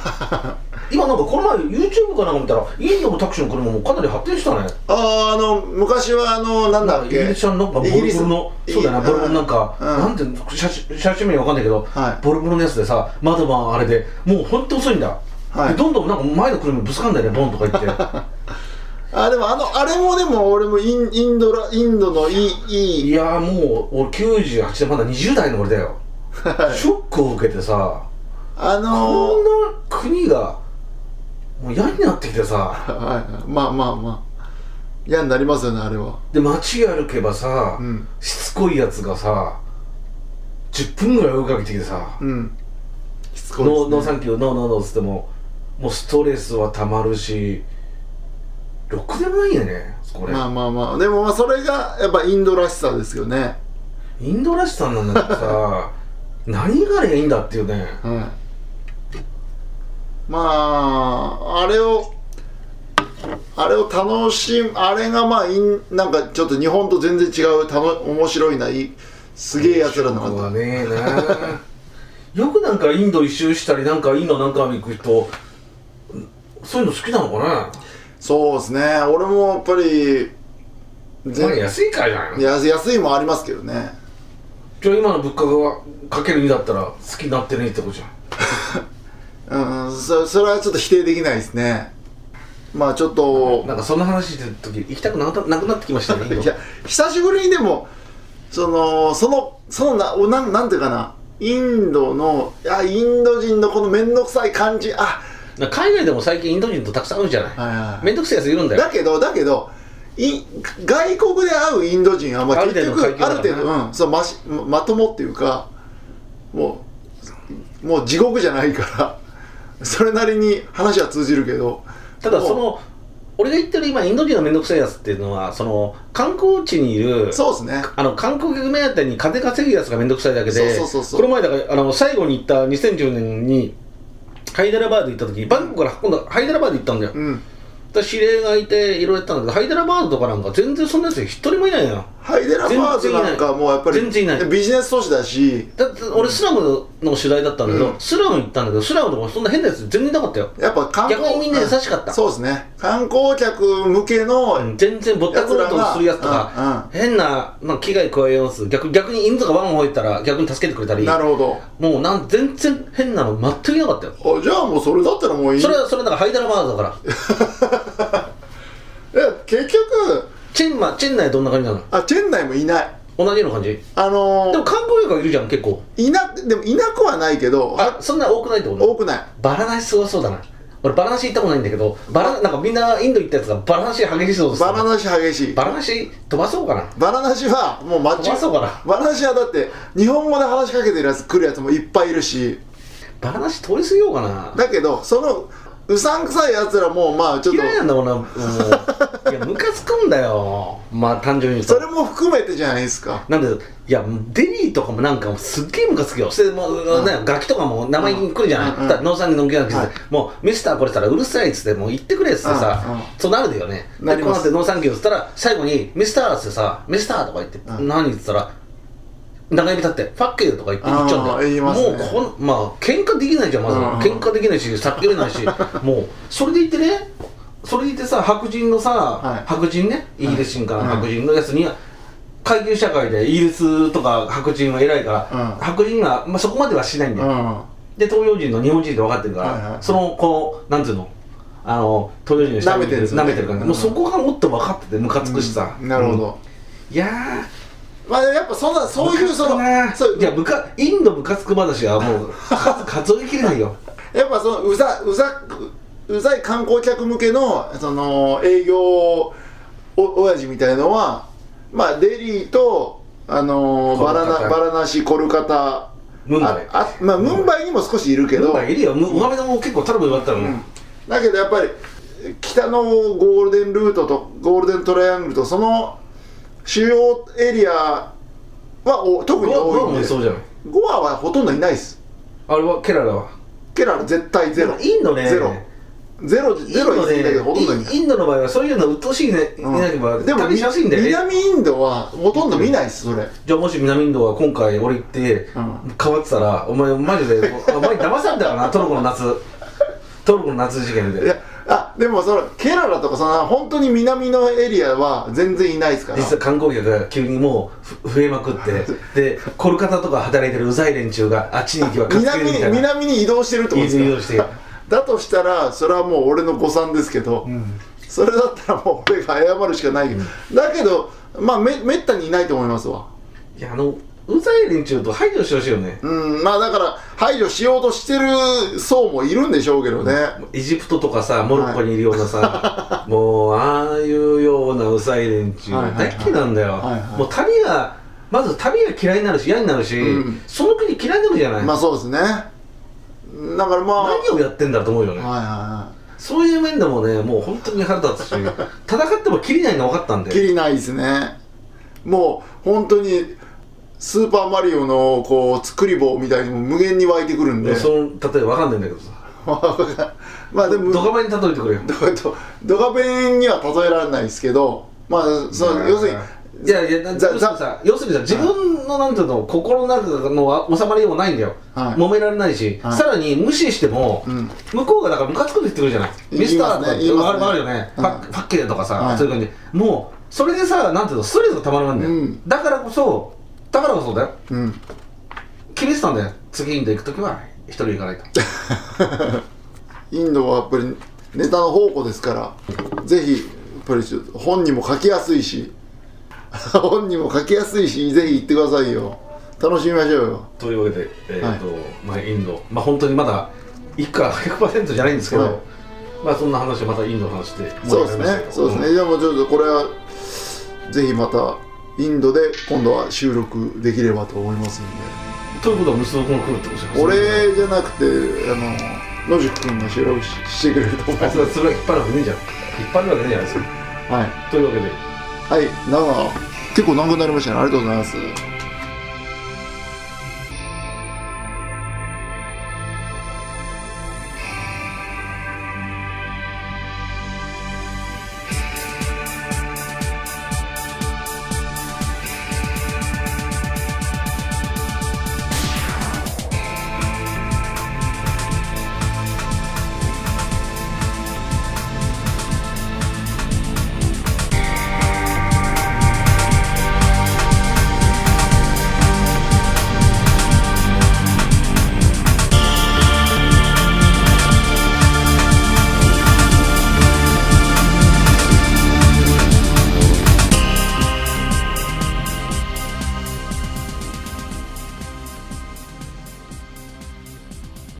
Speaker 3: 今なんかこの前 YouTube かなんか見たらインドのタクシーの車もかなり発展したね
Speaker 2: あーあの昔はあのなんだっ
Speaker 3: イギ
Speaker 2: け
Speaker 3: リスのなんかボロボロの
Speaker 2: イギリス
Speaker 3: そうだよ
Speaker 2: い
Speaker 3: ね
Speaker 2: い
Speaker 3: ボロボロなんか、
Speaker 2: うん
Speaker 3: なんていうの写真写真名わかんないけど、
Speaker 2: はい
Speaker 3: ボロボロのやつでさ窓があれでもうほんと遅いんだ、
Speaker 2: はい
Speaker 3: でどんどんなんか前の車にぶつかんだよねボンとか言っ
Speaker 2: あでもあのあれもでも俺もインインドラインドのいいい
Speaker 3: て
Speaker 2: い
Speaker 3: いやーもう俺98でまだ20代の俺だよ、
Speaker 2: はい
Speaker 3: ショックを受けてさ
Speaker 2: あ
Speaker 3: こん
Speaker 2: のー
Speaker 3: な国がもう嫌になってきてさ
Speaker 2: はいまあまあまあ嫌になりますよねあれは
Speaker 3: で街歩けばさ、
Speaker 2: うん
Speaker 3: しつこいやつがさ10分ぐらい追いかけてきてさ、
Speaker 2: うんしつこい
Speaker 3: ノーノー
Speaker 2: です
Speaker 3: サ
Speaker 2: ね
Speaker 3: ンキューノーノーノーっつってももうストレスはたまるしろくでもないよねこれ、
Speaker 2: まあまあまあでもまあそれがやっぱインドらしさですよね
Speaker 3: インドらしさなんだけど さ何があれがいいんだっていうね
Speaker 2: はいまああれをあれを楽しむあれがまあインなんかちょっと日本と全然違う楽面白いないすげえやつらな
Speaker 3: 僕
Speaker 2: の
Speaker 3: は
Speaker 2: か
Speaker 3: ねえなよくなんかインド一周したりなんかインドなんかに行く人そういうの好きなのかな
Speaker 2: そうですね俺もやっぱり
Speaker 3: まあ安いからじゃないの
Speaker 2: 安安いもありますけどね
Speaker 3: じゃあ今の物価がかける2だったら好きになってねってことじゃ
Speaker 2: う
Speaker 3: ん
Speaker 2: んうんそそれはちょっと否定できないですねまあちょっと
Speaker 3: なんかそんな話してる時行きたくなくなくなってきまし たね
Speaker 2: いや久しぶりにでもそのそのそのなおなんなんていうかなインドのあインド人のこの面倒くさい感じあ
Speaker 3: なんか海外でも最近インド人とたくさん会うじゃない、
Speaker 2: はいはい
Speaker 3: めんどくせえやついるんだよ
Speaker 2: だけどだけどい外国で会うインド人はまあ
Speaker 3: ある
Speaker 2: 結
Speaker 3: 程度
Speaker 2: 局
Speaker 3: 階級だ
Speaker 2: ある
Speaker 3: からね
Speaker 2: 程度、うん、そうましままともっていうかもうもう地獄じゃないからそれなりに話は通じるけど
Speaker 3: ただ
Speaker 2: もう
Speaker 3: その俺が言ってる今インド人のめんどくさいやつっていうのはその観光地にいる
Speaker 2: そうですね
Speaker 3: あの観光客目当てに金稼ぐやつがめんどくさいだけで
Speaker 2: そうそうそうそう
Speaker 3: この前だからあの最後に行った2010年にハイデラバード行った時バンコクから今度はハイデラバード行ったんだよ、
Speaker 2: うん
Speaker 3: だ指令がいていろいろやったんだけどハイデラバードとかなんか全然そんなやつ一人もいないのよ
Speaker 2: ハイデラバードなんかもうやっぱり
Speaker 3: 全然いない全然い
Speaker 2: ビジネス都市だし
Speaker 3: だって俺スラムの取材だったんだけど、
Speaker 2: うん
Speaker 3: スラム行ったんだけどスラムとかそんな変なやつ全然いなかったよ
Speaker 2: やっぱ観光
Speaker 3: 逆にみんな優しかった
Speaker 2: そうですね観光客向けの、
Speaker 3: 全然ぼったくろうとするやつと
Speaker 2: うんうん
Speaker 3: か、変ななんか危害加えようとする逆逆に犬とかワン吠えたら逆に助けてくれたり
Speaker 2: なるほど
Speaker 3: もうなん全然変なの全くいなかったよ
Speaker 2: あじゃあもうそれだったらもういい
Speaker 3: それはそれなんかハイダラバードだから
Speaker 2: え結局
Speaker 3: チェンマチェン内どんな感じなの
Speaker 2: あチェン内もいない
Speaker 3: 同じような感じ
Speaker 2: あのー
Speaker 3: でも観光客がいるじゃん結構
Speaker 2: いなでもいなくはないけど
Speaker 3: あそんな多くないってこと
Speaker 2: 多くない
Speaker 3: バラナシすごそうだな俺バラナシ行ったことないんだけどバラなんかみんなインド行ったやつがバラナシ激しそうです
Speaker 2: バラなし激しい
Speaker 3: バラナシ飛ばそうかな
Speaker 2: バラなしはもうマッチ
Speaker 3: 飛ばそうかな
Speaker 2: バラなしはだって日本語で話しかけてるやつ来るやつもいっぱいいるし
Speaker 3: バラナシ通り過ぎようかな
Speaker 2: だけどそのうさんくさいやつらもまあちょっと
Speaker 3: 嫌いなんだもんなもう いやムカつくんだよまあ単純に言う
Speaker 2: そ
Speaker 3: と
Speaker 2: れも含めてじゃないですか
Speaker 3: なんでいやデリーとかもなんかもうすっげえムカつくよそれでもう、ねガキとかも生意気に来るじゃない、
Speaker 2: うんうん
Speaker 3: だから農産にのんきなくて、
Speaker 2: はい
Speaker 3: もうミスターこれしたらうるさいっつってもう言ってくれっつってさ、
Speaker 2: うんうん
Speaker 3: そうなるだよね
Speaker 2: な
Speaker 3: で
Speaker 2: り
Speaker 3: こう
Speaker 2: ま
Speaker 3: なっ
Speaker 2: す
Speaker 3: て農産業っつったら最後にミスターっつってさミスターとか言って、
Speaker 2: うん
Speaker 3: 何っつったら長指立ってファッケーとか言って言っちゃうんだ
Speaker 2: あー
Speaker 3: よ
Speaker 2: 言いますね
Speaker 3: もうこんまあ喧嘩できないじゃんまず、
Speaker 2: うんうん
Speaker 3: 喧嘩できないし避けれないしもうそれで言ってねそれで言ってさ白人のさ、
Speaker 2: はい
Speaker 3: 白人ねイギリス人からの
Speaker 2: はい
Speaker 3: 白人のやつには階級社会でイギリスとか白人は偉いから、
Speaker 2: うん
Speaker 3: 白人は、まあ、そこまではしないん
Speaker 2: う
Speaker 3: だ
Speaker 2: ん
Speaker 3: よ、
Speaker 2: は
Speaker 3: で東洋人の日本人って分かってるから、
Speaker 2: はいはい
Speaker 3: そのこのなんていうのあの東洋人の下
Speaker 2: 舐めてるんですよね
Speaker 3: 舐めてる感じ、
Speaker 2: うん
Speaker 3: もうそこがもっと分かっててムカつくしさ、
Speaker 2: なるほど、
Speaker 3: いや
Speaker 2: まあやっぱそんな
Speaker 3: ー
Speaker 2: そういうそのそう
Speaker 3: いやムカインドムカつく話はも う数数えきれないよ
Speaker 2: やっぱそのうざうざうざい観光客向けのその営業お親父みたいのはまあデリーとあのー
Speaker 3: コ
Speaker 2: バ
Speaker 3: ルカタ
Speaker 2: ラナバラナシコルカタ
Speaker 3: ムンバイ
Speaker 2: ああまあムンバイにも少しいるけど、
Speaker 3: まあいるよむ上目玉も結構タルボよかったのに、
Speaker 2: だけどやっぱり北のゴールデンルートとゴールデントライアングルとその主要エリアはお特に
Speaker 3: ゴアゴ
Speaker 2: 多
Speaker 3: ア
Speaker 2: いん
Speaker 3: も
Speaker 2: で
Speaker 3: そうじゃない
Speaker 2: ゴアはほとんどいないです
Speaker 3: あれはケララは
Speaker 2: ケララ絶対ゼロ
Speaker 3: インドね
Speaker 2: ゼロゼロゼロ言い過ぎだけどほとんどいない
Speaker 3: インドの場合はそういうの鬱陶しいね、いなければ
Speaker 2: でも
Speaker 3: 旅しやすいんだよね
Speaker 2: 南インドはほとんど見ないですそれ
Speaker 3: じゃあもし南インドが今回俺行って、
Speaker 2: うん
Speaker 3: 変わってたらお前マジでお前騙された かなトルコの夏トルコの夏事件
Speaker 2: い
Speaker 3: で
Speaker 2: やあでもそのケララとかその本当に南のエリアは全然いないですから
Speaker 3: 実は観光客が急にもうふ増えまくってでコルカタとか働いてるうざい連中があっちに行けば稼
Speaker 2: 南
Speaker 3: げるみた
Speaker 2: に
Speaker 3: いな
Speaker 2: 南に移動してるってことですか
Speaker 3: 移動してる
Speaker 2: だとしたらそれはもう俺の誤算ですけど、それだったらもう俺が謝るしかないけど、だけどまあめめったにいないと思いますわ
Speaker 3: いやあのうざい連中と排除してほしいよね
Speaker 2: うんまあだから排除しようとしてる層もいるんでしょうけどね、
Speaker 3: エジプトとかさモロッコにいるようなさ、もうああいうようなうさい連中、
Speaker 2: はいはいはい
Speaker 3: 大っ嫌いなんだよ、
Speaker 2: はいはい
Speaker 3: もう旅がまず旅が嫌いになるし嫌になるし、
Speaker 2: うん
Speaker 3: その国嫌いになるじゃない、
Speaker 2: まあそうですねだからまあ
Speaker 3: 何をやってんだろうと思うよね、
Speaker 2: はいはいはい
Speaker 3: そういう面でもねもう本当に腹立 つし戦っても切りないの分かったん
Speaker 2: き
Speaker 3: で
Speaker 2: りないですねもう本当にスーパーマリオのこう作り棒みたいにも無限に湧いてくるんで
Speaker 3: その例えば分かんないんだけどさ
Speaker 2: まあでも
Speaker 3: ドカベンに例えてくれよ
Speaker 2: ドドドカベンには例えられないですけどまあそ
Speaker 3: ね
Speaker 2: の
Speaker 3: え
Speaker 2: 要するに
Speaker 3: いやいやな要す
Speaker 2: ざ
Speaker 3: るにさ要するにさ自分のなんていうの心の中の収まりようもないんだよ、
Speaker 2: はい
Speaker 3: 揉められないし、
Speaker 2: はい
Speaker 3: さらに無視しても、
Speaker 2: うん
Speaker 3: 向こうがだからムカつくこと言ってくるじゃない
Speaker 2: 言
Speaker 3: ミ
Speaker 2: い
Speaker 3: スター
Speaker 2: ま
Speaker 3: と
Speaker 2: す
Speaker 3: か
Speaker 2: ね言いますね
Speaker 3: あるあるよね、
Speaker 2: うん
Speaker 3: パッパッケーとかさ、
Speaker 2: はい
Speaker 3: そういう感じもうそれでさなんていうのストレスがたまらないんだよ、
Speaker 2: うん
Speaker 3: だからこそだからこそだよ
Speaker 2: うん
Speaker 3: 決めてたんだよ次インド行く時は一人行かないと
Speaker 2: インドはやっぱりネタの宝庫ですからぜひやっぱりちょっと本にも書きやすいし 本にも書きやすいしぜひ行ってくださいよ楽しみましょうよ
Speaker 3: というわけで、えーっとまあ、インド、まあ本当にまだ1から100%じゃないんですけど、
Speaker 2: はい
Speaker 3: まあそんな話、またインドの話して
Speaker 2: そうですねそうですね、じゃあもうちょっとこれはぜひまたインドで今度は収録できればと思いますんで
Speaker 3: ということは、息子が来るってことですよ
Speaker 2: 俺じゃなくてあの野宿君が収録ししてくれると思い
Speaker 3: あ
Speaker 2: ま
Speaker 3: いつ
Speaker 2: す
Speaker 3: はそれは引っ張るわけねえじゃん。引っ張るわけねえじゃないですか。
Speaker 2: はい
Speaker 3: というわけで。
Speaker 2: はい、なんか結構長くなりましたね。ありがとうございます。